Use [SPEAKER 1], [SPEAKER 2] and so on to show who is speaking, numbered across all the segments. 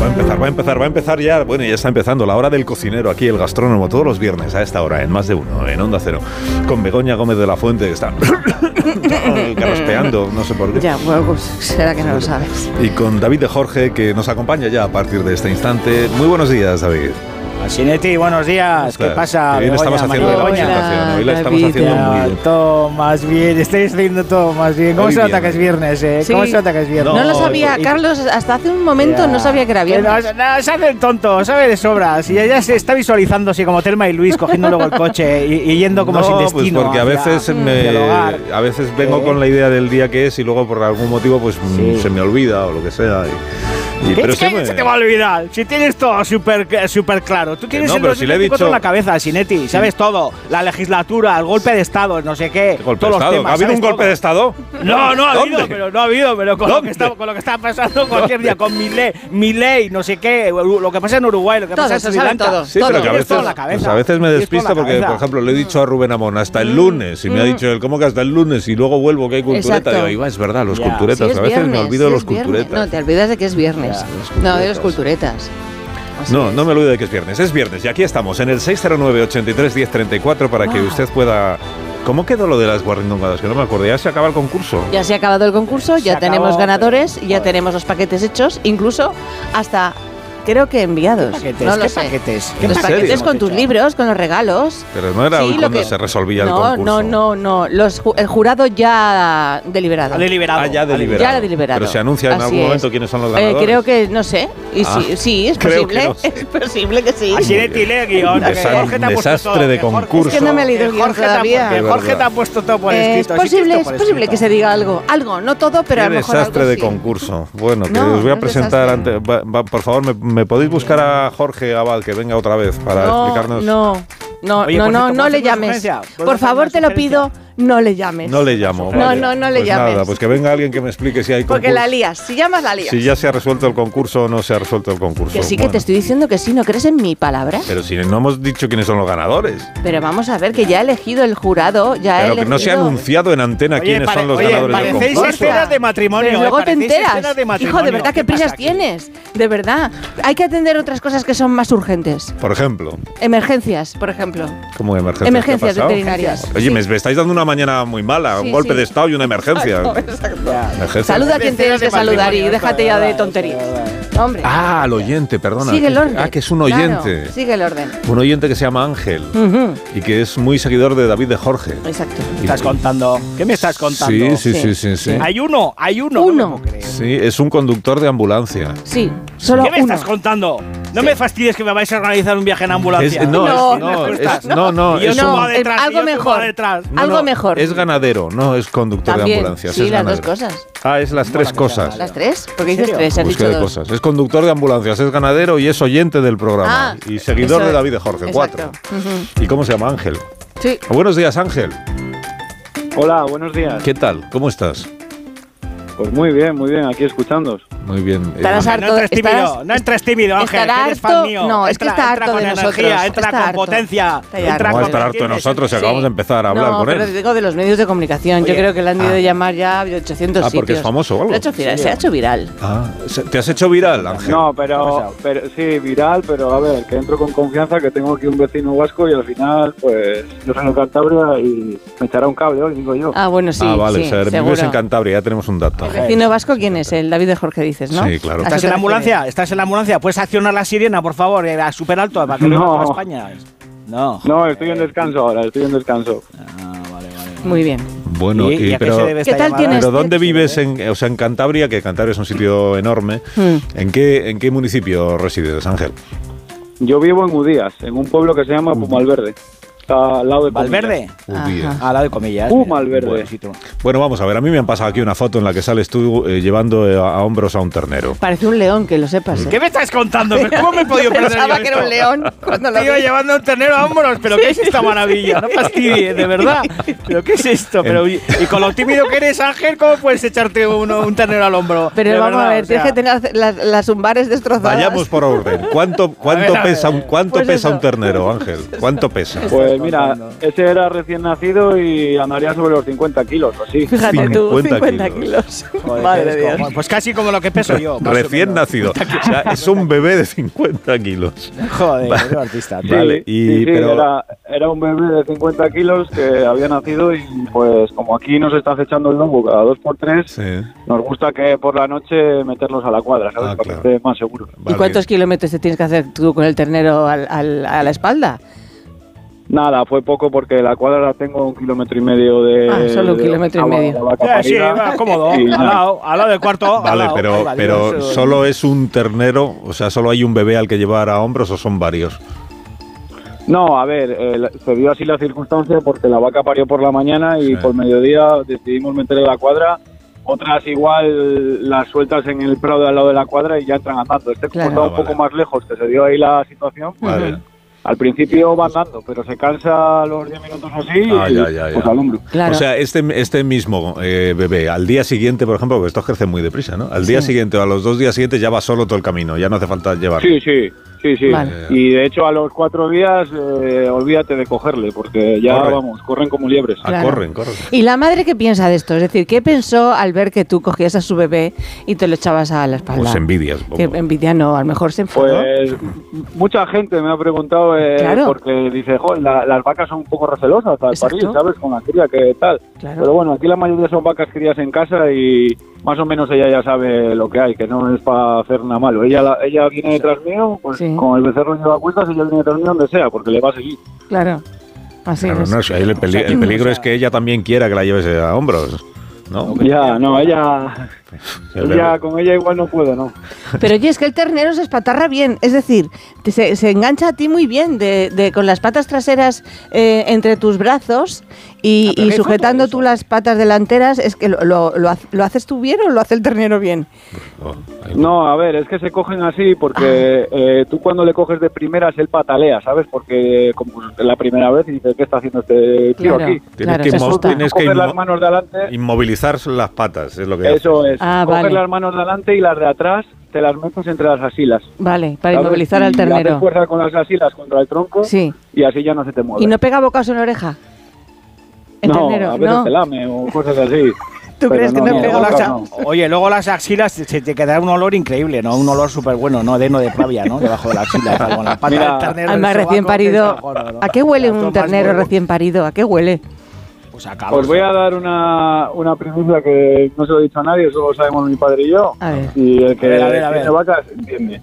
[SPEAKER 1] va a empezar, va a empezar ya, bueno, ya está empezando la hora del cocinero aquí, el gastrónomo, todos los viernes a esta hora, en más de uno, en Onda Cero, con Begoña Gómez de la Fuente, que está carraspeando, no sé por qué.
[SPEAKER 2] Ya, bueno, pues, será que no lo sabes.
[SPEAKER 1] Y con David de Jorge, que nos acompaña ya a partir de este instante. Muy buenos días, David.
[SPEAKER 3] Sineti, buenos días. ¿Qué pasa?
[SPEAKER 1] Qué bien
[SPEAKER 3] Begoña,
[SPEAKER 1] estamos haciendo la
[SPEAKER 3] María?
[SPEAKER 1] presentación. Hoy la estamos
[SPEAKER 3] David,
[SPEAKER 1] haciendo
[SPEAKER 3] ya,
[SPEAKER 1] muy bien.
[SPEAKER 3] Todo más bien, estáis haciendo todo más bien. ¿Cómo
[SPEAKER 1] Muy
[SPEAKER 3] se
[SPEAKER 1] bien.
[SPEAKER 3] nota que es viernes, eh? ¿Cómo
[SPEAKER 2] Sí.
[SPEAKER 3] se nota que es viernes?
[SPEAKER 2] No, lo
[SPEAKER 1] No,
[SPEAKER 2] sabía,
[SPEAKER 3] y-
[SPEAKER 2] Carlos, hasta hace un momento
[SPEAKER 3] Ya.
[SPEAKER 2] no sabía que era viernes.
[SPEAKER 3] Pero, no, se hace el tonto, sabe de sobras. Y ya se está visualizando así como Telma y Luis cogiendo luego el coche y, y yendo como
[SPEAKER 1] no,
[SPEAKER 3] sin destino.
[SPEAKER 1] pues porque a
[SPEAKER 3] hacia-
[SPEAKER 1] veces, me-
[SPEAKER 3] hacia el hogar.
[SPEAKER 1] a veces vengo
[SPEAKER 3] Eh.
[SPEAKER 1] con la idea del día que es y luego por algún motivo pues mm,
[SPEAKER 3] Sí.
[SPEAKER 1] se me olvida o lo que sea. Y, y-
[SPEAKER 3] ¿Qué- qué
[SPEAKER 1] me-
[SPEAKER 3] se te va a olvidar? Si tienes todo súper super claro. Tú tienes
[SPEAKER 1] no,
[SPEAKER 3] el
[SPEAKER 1] pero si le he
[SPEAKER 3] 2024 en
[SPEAKER 1] dicho-
[SPEAKER 3] la cabeza, Sineti. Sabes todo. La legislatura, el golpe de Estado, no sé qué.
[SPEAKER 1] golpe de
[SPEAKER 3] todos los
[SPEAKER 1] Estado.
[SPEAKER 3] temas,
[SPEAKER 1] ¿Ha habido
[SPEAKER 3] sabes
[SPEAKER 1] un golpe
[SPEAKER 3] todo.
[SPEAKER 1] de Estado?
[SPEAKER 3] No, no ha habido,
[SPEAKER 1] ¿Dónde?
[SPEAKER 3] pero no ha habido, pero con lo,
[SPEAKER 1] ¿Dónde?
[SPEAKER 3] que está, con lo que está pasando cualquier día, con mi ley, mi ley, no sé qué, lo que pasa en Uruguay, lo que
[SPEAKER 2] Todo
[SPEAKER 3] pasa en
[SPEAKER 2] eso,
[SPEAKER 3] Sri
[SPEAKER 2] saben
[SPEAKER 3] Lanka.
[SPEAKER 2] todo.
[SPEAKER 1] Sí, pero que a
[SPEAKER 3] Tienes
[SPEAKER 1] veces,
[SPEAKER 3] todo en la cabeza.
[SPEAKER 1] pues a veces me
[SPEAKER 3] Tienes todo en la
[SPEAKER 1] despista porque, por
[SPEAKER 3] cabeza.
[SPEAKER 1] ejemplo, le he dicho a Rubén Amón hasta
[SPEAKER 2] Mm.
[SPEAKER 1] el lunes y me ha dicho él, ¿cómo que hasta el lunes? Y luego vuelvo que hay cultureta.
[SPEAKER 2] Exacto.
[SPEAKER 1] Digo, "Iba, es verdad, los
[SPEAKER 3] Ya.
[SPEAKER 2] Sí,
[SPEAKER 1] culturetas.
[SPEAKER 2] es
[SPEAKER 1] a veces me
[SPEAKER 2] viernes,
[SPEAKER 1] olvido
[SPEAKER 2] sí,
[SPEAKER 1] de
[SPEAKER 2] es
[SPEAKER 1] los
[SPEAKER 2] viernes.
[SPEAKER 1] culturetas.
[SPEAKER 2] No, te olvidas de que es viernes.
[SPEAKER 1] los
[SPEAKER 2] no, de los
[SPEAKER 1] culturetas.
[SPEAKER 2] culturetas. Así
[SPEAKER 1] No,
[SPEAKER 2] es.
[SPEAKER 1] no me olvido de que es viernes. Es viernes y aquí estamos en el 609-83-1034 para que
[SPEAKER 2] Wow.
[SPEAKER 1] usted pueda... ¿Cómo quedó lo de las guarrindongadas? Que no me acuerdo. Ya se acaba el concurso.
[SPEAKER 2] Ya se ha acabado el concurso,
[SPEAKER 3] Se
[SPEAKER 2] ya
[SPEAKER 3] acabó,
[SPEAKER 2] tenemos ganadores,
[SPEAKER 3] pero,
[SPEAKER 2] ya
[SPEAKER 3] joder.
[SPEAKER 2] tenemos los paquetes hechos, incluso hasta creo que enviados.
[SPEAKER 3] Paquetes,
[SPEAKER 2] no lo
[SPEAKER 3] ¿qué
[SPEAKER 2] sé.
[SPEAKER 3] paquetes? ¿Qué
[SPEAKER 2] Los
[SPEAKER 1] paquetes
[SPEAKER 2] paquetes
[SPEAKER 1] hemos
[SPEAKER 2] con tus
[SPEAKER 3] hecho?
[SPEAKER 2] libros, con los regalos.
[SPEAKER 1] Pero no era
[SPEAKER 2] Sí,
[SPEAKER 1] hoy
[SPEAKER 2] lo
[SPEAKER 1] cuando
[SPEAKER 2] que-
[SPEAKER 1] se resolvía
[SPEAKER 2] no,
[SPEAKER 1] el concurso.
[SPEAKER 2] No, no, no. Los ju- el jurado ya ha deliberado.
[SPEAKER 3] Ha deliberado.
[SPEAKER 1] Ah, ya
[SPEAKER 3] ha
[SPEAKER 1] deliberado.
[SPEAKER 2] Ya ha deliberado.
[SPEAKER 1] Pero se anuncia en
[SPEAKER 2] Así
[SPEAKER 1] algún
[SPEAKER 2] es.
[SPEAKER 1] momento quiénes son los
[SPEAKER 2] Eh,
[SPEAKER 1] ganadores.
[SPEAKER 2] creo que, no sé. Y
[SPEAKER 1] Ah,
[SPEAKER 2] sí, sí, es
[SPEAKER 1] creo que
[SPEAKER 2] posible.
[SPEAKER 1] no sé.
[SPEAKER 2] Es posible que sí.
[SPEAKER 3] A Sinetti lee el guión.
[SPEAKER 1] Desa-
[SPEAKER 3] que Jorge te ha puesto
[SPEAKER 1] desastre
[SPEAKER 3] todo,
[SPEAKER 1] de
[SPEAKER 3] que Jorge-
[SPEAKER 1] concurso.
[SPEAKER 2] Es que no me he leído el guión
[SPEAKER 3] Jorge te ha-
[SPEAKER 2] todavía.
[SPEAKER 3] que Jorge
[SPEAKER 1] verdad.
[SPEAKER 3] te ha puesto todo por
[SPEAKER 2] Eh, es
[SPEAKER 3] escrito. sí que está
[SPEAKER 2] posible, es
[SPEAKER 3] por
[SPEAKER 2] posible que
[SPEAKER 3] escrito.
[SPEAKER 2] se diga algo. Algo, no todo, pero a
[SPEAKER 1] Qué
[SPEAKER 2] lo mejor
[SPEAKER 1] desastre
[SPEAKER 2] algo
[SPEAKER 1] de
[SPEAKER 2] sí.
[SPEAKER 1] concurso. Bueno, que
[SPEAKER 2] No,
[SPEAKER 1] os voy a
[SPEAKER 2] no es
[SPEAKER 1] presentar
[SPEAKER 2] desastre.
[SPEAKER 1] antes. va- va, por favor, me, me podéis buscar a Jorge Abad, que venga otra vez para
[SPEAKER 2] No,
[SPEAKER 1] explicarnos?
[SPEAKER 2] no, no,
[SPEAKER 3] Oye,
[SPEAKER 2] no, no, no
[SPEAKER 3] por cierto,
[SPEAKER 2] le
[SPEAKER 3] ¿puedo hacer una
[SPEAKER 2] llames.
[SPEAKER 3] sugerencia? ¿Puedo
[SPEAKER 2] Por
[SPEAKER 3] hacer
[SPEAKER 2] favor,
[SPEAKER 3] una
[SPEAKER 2] te lo
[SPEAKER 3] sugerencia?
[SPEAKER 2] pido, no le llames.
[SPEAKER 1] No le llamo.
[SPEAKER 2] No,
[SPEAKER 1] vale.
[SPEAKER 2] no, no le
[SPEAKER 1] Pues
[SPEAKER 2] llames.
[SPEAKER 1] Nada, pues que venga alguien que me explique si hay
[SPEAKER 2] Porque
[SPEAKER 1] concurso.
[SPEAKER 2] la lías. Si llamas, la lías.
[SPEAKER 1] Si ya se ha resuelto el concurso o no se ha resuelto el concurso.
[SPEAKER 2] que sí que
[SPEAKER 1] Bueno,
[SPEAKER 2] te estoy diciendo que sí, ¿no crees en mi palabra?
[SPEAKER 1] Pero si no hemos dicho quiénes son los ganadores.
[SPEAKER 2] Pero vamos a ver, que ya ha elegido el jurado, ya ha
[SPEAKER 1] Pero que no se ha
[SPEAKER 2] elegido-
[SPEAKER 1] anunciado en antena
[SPEAKER 3] Oye,
[SPEAKER 1] quiénes
[SPEAKER 3] pare-
[SPEAKER 1] son los
[SPEAKER 3] oye,
[SPEAKER 1] ganadores del
[SPEAKER 3] parecéis
[SPEAKER 1] concurso.
[SPEAKER 3] escenas de matrimonio.
[SPEAKER 2] Pero
[SPEAKER 3] eh,
[SPEAKER 2] luego te
[SPEAKER 3] parecéis
[SPEAKER 2] enteras.
[SPEAKER 3] escenas de matrimonio.
[SPEAKER 2] Hijo, de verdad,
[SPEAKER 3] ¿Qué
[SPEAKER 2] qué prisas
[SPEAKER 3] pasa aquí?
[SPEAKER 2] tienes. De verdad. Hay que atender otras cosas que son más urgentes.
[SPEAKER 1] Por ejemplo,
[SPEAKER 2] Emergencias, por ejemplo.
[SPEAKER 1] como emergencia. ¿Qué ha
[SPEAKER 2] Emergencias
[SPEAKER 1] pasado?
[SPEAKER 2] veterinarias.
[SPEAKER 1] Oye,
[SPEAKER 2] Sí.
[SPEAKER 1] me, me estáis dando una mañana muy mala,
[SPEAKER 2] Sí,
[SPEAKER 1] un golpe
[SPEAKER 2] sí.
[SPEAKER 1] de estado y una emergencia.
[SPEAKER 3] Ya.
[SPEAKER 1] Emergencia.
[SPEAKER 2] Saluda a quien
[SPEAKER 3] Escenas
[SPEAKER 2] tienes
[SPEAKER 3] de
[SPEAKER 2] que saludar y
[SPEAKER 3] matrimonio,
[SPEAKER 2] déjate
[SPEAKER 3] esto,
[SPEAKER 2] ya de
[SPEAKER 3] esto,
[SPEAKER 2] tonterías.
[SPEAKER 3] esto,
[SPEAKER 2] Hombre.
[SPEAKER 1] Ah, al oyente, perdona.
[SPEAKER 2] sigue el
[SPEAKER 1] Que-
[SPEAKER 2] orden.
[SPEAKER 1] Ah, que es un
[SPEAKER 2] Claro, Mm.
[SPEAKER 1] oyente.
[SPEAKER 2] sigue el orden.
[SPEAKER 1] Un oyente que se llama Ángel
[SPEAKER 2] Ujú,
[SPEAKER 1] y que es muy seguidor de David de Jorge.
[SPEAKER 2] Exacto.
[SPEAKER 3] ¿Qué estás contando? ¿Qué me estás
[SPEAKER 1] Sí,
[SPEAKER 3] contando?
[SPEAKER 1] sí, sí,
[SPEAKER 2] Sí.
[SPEAKER 1] sí, sí.
[SPEAKER 3] Hay uno, hay uno.
[SPEAKER 2] Uno.
[SPEAKER 3] No me puedo creer.
[SPEAKER 1] Sí, es un conductor de ambulancia.
[SPEAKER 2] Sí, solo
[SPEAKER 3] ¿Qué me
[SPEAKER 2] uno.
[SPEAKER 3] estás contando? No me fastidies que me vais a organizar un viaje en ambulancia.
[SPEAKER 1] Es- no,
[SPEAKER 2] No,
[SPEAKER 1] es- no,
[SPEAKER 3] me
[SPEAKER 1] es-
[SPEAKER 3] asustas.
[SPEAKER 1] no, no,
[SPEAKER 3] Y yo
[SPEAKER 1] es
[SPEAKER 3] sumado
[SPEAKER 1] un-
[SPEAKER 3] detrás,
[SPEAKER 2] algo
[SPEAKER 3] y yo
[SPEAKER 2] mejor.
[SPEAKER 3] sumado detrás.
[SPEAKER 1] No,
[SPEAKER 2] Algo
[SPEAKER 1] no,
[SPEAKER 2] mejor.
[SPEAKER 1] Es ganadero, no es conductor de
[SPEAKER 2] También.
[SPEAKER 1] ambulancias.
[SPEAKER 2] Sí,
[SPEAKER 1] es
[SPEAKER 2] las dos
[SPEAKER 1] ganadero.
[SPEAKER 2] cosas.
[SPEAKER 1] Ah, es las tres
[SPEAKER 3] Bueno,
[SPEAKER 1] cosas.
[SPEAKER 2] ¿Las tres? Porque
[SPEAKER 3] ¿En
[SPEAKER 2] dices
[SPEAKER 3] serio?
[SPEAKER 2] tres, has
[SPEAKER 1] Búsqueda
[SPEAKER 2] dicho
[SPEAKER 1] de
[SPEAKER 2] dos.
[SPEAKER 1] cosas. Es conductor de ambulancias, es ganadero y es oyente del programa.
[SPEAKER 2] Ah,
[SPEAKER 1] y seguidor de
[SPEAKER 2] eso es.
[SPEAKER 1] David de Jorge, cuatro.
[SPEAKER 2] Exacto. Ujú.
[SPEAKER 1] ¿Y cómo se llama Ángel?
[SPEAKER 2] Sí.
[SPEAKER 1] Buenos días, Ángel.
[SPEAKER 4] Hola, buenos días.
[SPEAKER 1] ¿Qué tal? ¿Cómo estás?
[SPEAKER 4] Pues muy bien, muy bien, aquí escuchándoos.
[SPEAKER 1] Muy bien. eh,
[SPEAKER 2] Estarás
[SPEAKER 3] No entres
[SPEAKER 2] Harto,
[SPEAKER 3] tímido,
[SPEAKER 2] estás-
[SPEAKER 3] no entres tímido, Ángel,
[SPEAKER 2] estará
[SPEAKER 3] que eres fan
[SPEAKER 2] harto-
[SPEAKER 3] mío.
[SPEAKER 2] no, es que
[SPEAKER 3] Entra-
[SPEAKER 2] está
[SPEAKER 3] entra
[SPEAKER 2] harto
[SPEAKER 3] con
[SPEAKER 2] de nosotros,
[SPEAKER 3] energía, entra
[SPEAKER 2] está
[SPEAKER 3] con
[SPEAKER 2] harto.
[SPEAKER 3] potencia,
[SPEAKER 2] Está ya
[SPEAKER 3] entra
[SPEAKER 2] harto.
[SPEAKER 1] ¿Cómo va
[SPEAKER 3] con
[SPEAKER 1] a estar harto de
[SPEAKER 3] ¿entiendes?
[SPEAKER 1] nosotros? Si
[SPEAKER 2] Sí.
[SPEAKER 1] acabamos de empezar a hablar
[SPEAKER 2] no,
[SPEAKER 1] con
[SPEAKER 2] pero
[SPEAKER 1] él.
[SPEAKER 2] digo de los medios de comunicación. Yo
[SPEAKER 3] Oye.
[SPEAKER 2] creo que le han ido
[SPEAKER 1] Ah.
[SPEAKER 2] a llamar ya de 800
[SPEAKER 1] Ah, porque es
[SPEAKER 2] sitios.
[SPEAKER 1] famoso o algo.
[SPEAKER 2] Se ha hecho viral,
[SPEAKER 3] Sí.
[SPEAKER 2] se ha hecho viral.
[SPEAKER 1] Ah, se- ¿Te has hecho viral, Ángel? Ah,
[SPEAKER 4] No,
[SPEAKER 3] ¿Qué ha
[SPEAKER 4] pero,
[SPEAKER 3] pasado?
[SPEAKER 4] pero sí, viral, pero a ver, que entro con confianza, que tengo aquí un vecino vasco y al final, pues, yo soy de Cantabria y me echará un cable hoy, digo yo.
[SPEAKER 2] Ah, bueno, sí.
[SPEAKER 1] ah, vale,
[SPEAKER 2] sí,
[SPEAKER 1] o sea, vives
[SPEAKER 2] seguro.
[SPEAKER 1] en Cantabria, ya tenemos un dato.
[SPEAKER 2] El vecino vasco, ¿quién es? El David de Jorge, dices, ¿no?
[SPEAKER 1] Sí, claro.
[SPEAKER 2] ¿A
[SPEAKER 3] ¿Estás
[SPEAKER 2] eso
[SPEAKER 3] en la
[SPEAKER 2] te
[SPEAKER 3] ambulancia? ¿Estás en la ambulancia? ¿Puedes accionar la sirena, por favor? Era súper alto para que no,
[SPEAKER 4] No.
[SPEAKER 3] a España. No.
[SPEAKER 4] No, estoy en descanso ahora, estoy en descanso.
[SPEAKER 3] Ah, vale, vale.
[SPEAKER 2] refieres? Muy bien.
[SPEAKER 1] Bueno,
[SPEAKER 3] ¿Y- y a qué se debe esta
[SPEAKER 2] ¿Qué tal
[SPEAKER 3] llamada?
[SPEAKER 2] tienes?
[SPEAKER 1] Pero ¿dónde vives? En, o sea, en Cantabria, que Cantabria es un sitio enorme.
[SPEAKER 2] Mm.
[SPEAKER 1] ¿En qué, ¿En qué municipio resides, Ángel?
[SPEAKER 4] Yo vivo en Udías, en un pueblo que se llama Pumalverde. Está al lado de Comillas.
[SPEAKER 3] Valverde.
[SPEAKER 1] Ubié.
[SPEAKER 2] Ajá.
[SPEAKER 3] Al lado de comillas.
[SPEAKER 4] Uh,
[SPEAKER 3] mira,
[SPEAKER 4] Valverde.
[SPEAKER 3] buen sitio.
[SPEAKER 1] eh. Bueno, vamos a ver, a mí me han pasado aquí una foto en la que sales tú eh, llevando eh, a, a hombros a un ternero.
[SPEAKER 2] Parece un león, que lo sepas. ¿eh?
[SPEAKER 3] ¿Qué me estás contando? ¿Cómo me he podido
[SPEAKER 2] Yo
[SPEAKER 3] perder yo
[SPEAKER 2] pensaba que era
[SPEAKER 3] esto?
[SPEAKER 2] un león cuando lo
[SPEAKER 3] Tío,
[SPEAKER 2] vi.
[SPEAKER 3] llevando un ternero a hombros, pero ¿qué es esta maravilla? No fastidies, de verdad. ¿Pero qué es esto? Pero, y, y con lo tímido que eres, Ángel, ¿cómo puedes echarte uno, un ternero al hombro? De
[SPEAKER 2] Pero vamos
[SPEAKER 3] verdad,
[SPEAKER 2] a ver,
[SPEAKER 3] o
[SPEAKER 2] tienes
[SPEAKER 3] sea,
[SPEAKER 2] que tener las, las umbares destrozadas.
[SPEAKER 1] Vayamos por orden. ¿Cuánto, cuánto
[SPEAKER 3] A ver, a
[SPEAKER 1] pesa,
[SPEAKER 3] ver.
[SPEAKER 1] un, cuánto
[SPEAKER 2] Pues
[SPEAKER 1] pesa
[SPEAKER 2] eso.
[SPEAKER 1] un ternero, Ángel? ¿Cuánto pesa?
[SPEAKER 4] Pues
[SPEAKER 3] estás
[SPEAKER 4] mira,
[SPEAKER 3] contando?
[SPEAKER 4] ese era recién nacido y andaría sobre los 50 kilos o así.
[SPEAKER 2] Fíjate tú,
[SPEAKER 1] 50
[SPEAKER 2] 50 kilos.
[SPEAKER 3] joder,
[SPEAKER 2] Madre
[SPEAKER 3] eres
[SPEAKER 2] de Dios.
[SPEAKER 3] como- Pues casi como lo que peso yo. más o
[SPEAKER 1] Recién
[SPEAKER 3] menos.
[SPEAKER 1] nacido. O sea, es un bebé de 50 kilos.
[SPEAKER 3] Joder, qué artista. tío.
[SPEAKER 4] Sí,
[SPEAKER 1] Vale, y-
[SPEAKER 4] sí, sí,
[SPEAKER 1] pero-
[SPEAKER 4] era, era un bebé de 50 kilos que había nacido y pues como aquí nos está acechando el lobo cada dos por tres,
[SPEAKER 1] Sí.
[SPEAKER 4] nos gusta que por la noche meterlos a la cuadra, ¿sabes?
[SPEAKER 1] Ah,
[SPEAKER 4] Para
[SPEAKER 1] claro.
[SPEAKER 4] que esté más seguro.
[SPEAKER 1] Vale.
[SPEAKER 2] ¿Y cuántos kilómetros te tienes que hacer tú con el ternero al- al- a la espalda?
[SPEAKER 4] Nada, fue poco porque la cuadra la tengo a un kilómetro y medio de...
[SPEAKER 2] Ah, solo un
[SPEAKER 4] de
[SPEAKER 2] kilómetro y
[SPEAKER 4] agua de
[SPEAKER 2] medio.
[SPEAKER 4] la vaca
[SPEAKER 3] Ya, sí,
[SPEAKER 4] parida.
[SPEAKER 3] va, cómodo.
[SPEAKER 4] Y
[SPEAKER 3] Al
[SPEAKER 4] nada,
[SPEAKER 3] lado, al lado del cuarto. al
[SPEAKER 1] Vale,
[SPEAKER 3] lado.
[SPEAKER 1] pero,
[SPEAKER 3] Vale,
[SPEAKER 1] pero
[SPEAKER 3] eso-
[SPEAKER 1] solo es un ternero, o sea, solo hay un bebé al que llevar a hombros o son varios.
[SPEAKER 4] No, a ver, eh, la- se dio así la circunstancia porque la vaca parió por la mañana y
[SPEAKER 1] Sí.
[SPEAKER 4] por mediodía decidimos meterle la cuadra. Otras igual las sueltas en el prado de al lado de la cuadra y ya entran andando. Este como
[SPEAKER 2] Claro.
[SPEAKER 4] estaba
[SPEAKER 1] Ah,
[SPEAKER 4] un poco
[SPEAKER 1] vale.
[SPEAKER 4] más lejos, que se dio ahí la situación.
[SPEAKER 1] Vale.
[SPEAKER 2] Ujú.
[SPEAKER 4] Al principio va andando, pero se cansa a los 10 minutos o así
[SPEAKER 1] Ah,
[SPEAKER 4] y
[SPEAKER 1] ya, ya,
[SPEAKER 4] pues
[SPEAKER 1] ya.
[SPEAKER 4] al hombro.
[SPEAKER 2] Claro.
[SPEAKER 1] O sea, este, este mismo eh, bebé, al día siguiente, por ejemplo, porque estos crecen muy deprisa, ¿no? Al día
[SPEAKER 2] Sí.
[SPEAKER 1] siguiente o a los dos días siguientes ya va solo todo el camino, ya no hace falta llevarlo.
[SPEAKER 4] Sí, sí, sí, sí.
[SPEAKER 2] Vale.
[SPEAKER 4] Y de hecho a los cuatro días eh, olvídate de cogerle porque ya
[SPEAKER 1] Corre.
[SPEAKER 4] vamos, corren como liebres.
[SPEAKER 1] Ah,
[SPEAKER 2] Claro.
[SPEAKER 1] corren, corren.
[SPEAKER 2] ¿Y la madre qué piensa de esto? Es decir, ¿qué pensó al ver que tú cogías a su bebé y te lo echabas a la espalda?
[SPEAKER 1] Pues envidias.
[SPEAKER 2] Que
[SPEAKER 1] supongo.
[SPEAKER 2] envidia no, a lo mejor se enfadó.
[SPEAKER 4] Pues mucha gente me ha preguntado eh,
[SPEAKER 2] Claro.
[SPEAKER 4] porque dice, jo, la- las vacas son un poco recelosas al
[SPEAKER 2] Exacto.
[SPEAKER 4] parir, ¿sabes? Con la cría que tal.
[SPEAKER 2] Claro.
[SPEAKER 4] Pero bueno, aquí la mayoría son vacas crías en casa y más o menos ella ya sabe lo que hay, que no es para hacer nada malo. Ella la- ella viene detrás mío, pues
[SPEAKER 2] Sí.
[SPEAKER 4] con el becerro lleva cuestas y ella viene detrás mío donde sea, porque le va a seguir.
[SPEAKER 2] Claro. Así
[SPEAKER 1] Claro,
[SPEAKER 2] es.
[SPEAKER 1] no, si ahí el, peli-
[SPEAKER 3] O sea,
[SPEAKER 1] el peligro
[SPEAKER 3] o sea-
[SPEAKER 1] es que ella también quiera que la lleves a hombros. ¿no?
[SPEAKER 4] Ya, no, ella,
[SPEAKER 1] El bebé.
[SPEAKER 4] ella con ella igual no puedo, ¿no?
[SPEAKER 2] Pero oye, es que el ternero se espatarra bien, es decir, te- se, se engancha a ti muy bien de, de- con las patas traseras eh, entre tus brazos y,
[SPEAKER 3] Ah, pero
[SPEAKER 2] y
[SPEAKER 3] hay foto de
[SPEAKER 2] sujetando
[SPEAKER 3] eso.
[SPEAKER 2] tú las patas delanteras, es que lo, lo- lo ha- lo haces tú bien o lo hace el ternero bien.
[SPEAKER 1] Oh, ahí-
[SPEAKER 4] No, a ver, es que se cogen así porque eh, tú cuando le coges de primeras él patalea, ¿sabes? Porque como es la primera vez y dices, ¿qué está haciendo este tío
[SPEAKER 2] Claro,
[SPEAKER 4] aquí?
[SPEAKER 1] Tienes
[SPEAKER 2] claro,
[SPEAKER 1] que
[SPEAKER 2] se
[SPEAKER 1] mo-
[SPEAKER 2] asusta.
[SPEAKER 1] tienes- Es que
[SPEAKER 4] Coger
[SPEAKER 1] inmo-
[SPEAKER 4] las manos de adelante,
[SPEAKER 1] Inmovilizar las patas es lo que
[SPEAKER 4] eso
[SPEAKER 1] haces.
[SPEAKER 4] es.
[SPEAKER 2] Ah,
[SPEAKER 4] coger
[SPEAKER 2] vale.
[SPEAKER 4] las manos de adelante y las de atrás te las metes entre las asilas.
[SPEAKER 2] Vale, para
[SPEAKER 4] ¿sabes?
[SPEAKER 2] inmovilizar al
[SPEAKER 4] Y haces
[SPEAKER 2] ternero.
[SPEAKER 4] fuerza con las asilas contra el tronco
[SPEAKER 2] Sí.
[SPEAKER 4] y así ya no se te mueve.
[SPEAKER 2] Y no pega bocaos en la oreja. El
[SPEAKER 4] No,
[SPEAKER 2] ternero,
[SPEAKER 4] a veces
[SPEAKER 2] no.
[SPEAKER 4] te lame o cosas así.
[SPEAKER 2] ¿Tú
[SPEAKER 4] pero
[SPEAKER 2] crees que
[SPEAKER 4] no,
[SPEAKER 2] no,
[SPEAKER 4] no,
[SPEAKER 2] pega
[SPEAKER 3] Luego
[SPEAKER 4] no,
[SPEAKER 2] bocaos?
[SPEAKER 3] las- Oye, luego las axilas se- se te quedará un olor increíble, ¿no? Un olor súper bueno, ¿no? Deno de pavia, ¿no? Debajo de la axila, tal, con la pata
[SPEAKER 4] Mira,
[SPEAKER 3] del ternero.
[SPEAKER 2] Además,
[SPEAKER 3] el
[SPEAKER 2] recién
[SPEAKER 3] sobaco, que
[SPEAKER 2] parido.
[SPEAKER 3] está gordo, ¿no?
[SPEAKER 2] ¿A qué huele
[SPEAKER 3] Las
[SPEAKER 2] un
[SPEAKER 3] tomas
[SPEAKER 2] ternero
[SPEAKER 3] luego,
[SPEAKER 2] recién parido? ¿A qué huele?
[SPEAKER 3] Pues acabas.
[SPEAKER 4] Os voy a dar una, una primicia que no se lo he dicho a nadie, solo lo sabemos mi padre y yo.
[SPEAKER 2] A ver.
[SPEAKER 4] Y el que
[SPEAKER 3] A ver, a ver, a
[SPEAKER 4] tiene
[SPEAKER 3] ver.
[SPEAKER 4] vacas entiende.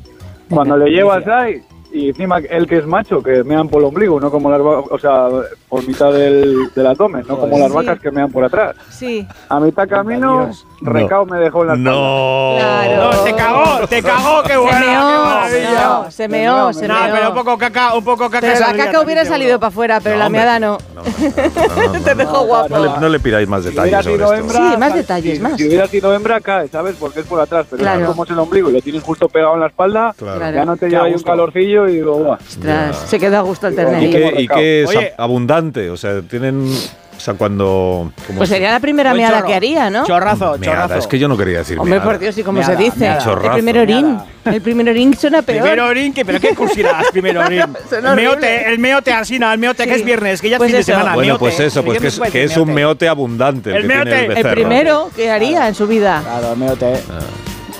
[SPEAKER 4] Cuando le llevas ahí, y encima el que es macho, que mean por el ombligo, no como las vacas, o sea, por mitad del, del abdomen, no como las
[SPEAKER 2] Sí.
[SPEAKER 4] vacas que mean por atrás.
[SPEAKER 2] Sí.
[SPEAKER 4] A mitad camino,
[SPEAKER 3] Dios.
[SPEAKER 4] recao me dejó en la espalda.
[SPEAKER 1] No.
[SPEAKER 2] Claro.
[SPEAKER 3] No, te cagó, te cagó, qué bueno.
[SPEAKER 2] Se
[SPEAKER 3] qué maravilla.
[SPEAKER 2] meó, no, se meó, se
[SPEAKER 3] No,
[SPEAKER 2] meó.
[SPEAKER 3] pero poco caca, un poco caca.
[SPEAKER 2] Pero la
[SPEAKER 3] saldría
[SPEAKER 2] caca hubiera
[SPEAKER 3] también,
[SPEAKER 2] salido para
[SPEAKER 3] seguro.
[SPEAKER 2] afuera, pero la
[SPEAKER 1] hombre,
[SPEAKER 2] meada no.
[SPEAKER 1] no, no, no, no,
[SPEAKER 2] Te
[SPEAKER 1] no.
[SPEAKER 2] dejó guapo.
[SPEAKER 1] No le, no le pidáis más
[SPEAKER 4] Si hubiera
[SPEAKER 1] detalles sobre
[SPEAKER 4] sido
[SPEAKER 1] esto.
[SPEAKER 4] hembra,
[SPEAKER 2] Sí, más
[SPEAKER 4] cae.
[SPEAKER 2] detalles,
[SPEAKER 4] Si-
[SPEAKER 2] más.
[SPEAKER 4] Si hubiera sido hembra, cae, ¿sabes? Porque es por atrás, pero
[SPEAKER 2] Claro.
[SPEAKER 4] es como es el ombligo, lo tienes justo pegado en la espalda,
[SPEAKER 1] Claro.
[SPEAKER 2] Claro.
[SPEAKER 4] ya no te
[SPEAKER 3] Qué
[SPEAKER 4] lleva ahí un
[SPEAKER 3] gusto.
[SPEAKER 4] calorcillo y digo, "Buah".
[SPEAKER 2] Ostras, se quedó a gusto el
[SPEAKER 1] ¿Y
[SPEAKER 2] ternerillo.
[SPEAKER 1] qué, y qué es
[SPEAKER 3] Oye.
[SPEAKER 1] ab- abundante? O sea, tienen. O sea, cuando. como-
[SPEAKER 2] Pues sería la primera
[SPEAKER 3] Buen
[SPEAKER 2] meada
[SPEAKER 3] chorro.
[SPEAKER 2] que haría, ¿no?
[SPEAKER 3] Chorrazo,
[SPEAKER 1] Meada,
[SPEAKER 3] chorrazo.
[SPEAKER 1] Es que yo no quería decir.
[SPEAKER 2] Hombre,
[SPEAKER 1] meada.
[SPEAKER 2] por Dios, y como se
[SPEAKER 3] Meada,
[SPEAKER 2] dice,
[SPEAKER 3] meada.
[SPEAKER 2] el
[SPEAKER 1] Chorrazo.
[SPEAKER 2] primer orín.
[SPEAKER 3] Meada.
[SPEAKER 2] El primer orín suena peor.
[SPEAKER 3] Primero orín, que, pero qué cursilás, primero orín.
[SPEAKER 2] Son
[SPEAKER 3] el
[SPEAKER 2] horribles.
[SPEAKER 3] meote, el meote asina, el meote que
[SPEAKER 2] Sí.
[SPEAKER 3] es viernes, que ya
[SPEAKER 2] Pues
[SPEAKER 3] es fin
[SPEAKER 2] eso.
[SPEAKER 3] de semana.
[SPEAKER 1] Bueno,
[SPEAKER 3] meote.
[SPEAKER 1] pues eso, pues
[SPEAKER 3] Yo
[SPEAKER 1] que
[SPEAKER 3] no
[SPEAKER 1] es,
[SPEAKER 3] puedo
[SPEAKER 1] que
[SPEAKER 3] decir
[SPEAKER 1] es un meote abundante el,
[SPEAKER 3] El
[SPEAKER 1] que tiene
[SPEAKER 3] meote.
[SPEAKER 1] el
[SPEAKER 3] El
[SPEAKER 2] el
[SPEAKER 1] becerro.
[SPEAKER 2] primero que haría en su vida.
[SPEAKER 3] Claro, el meote. Ah.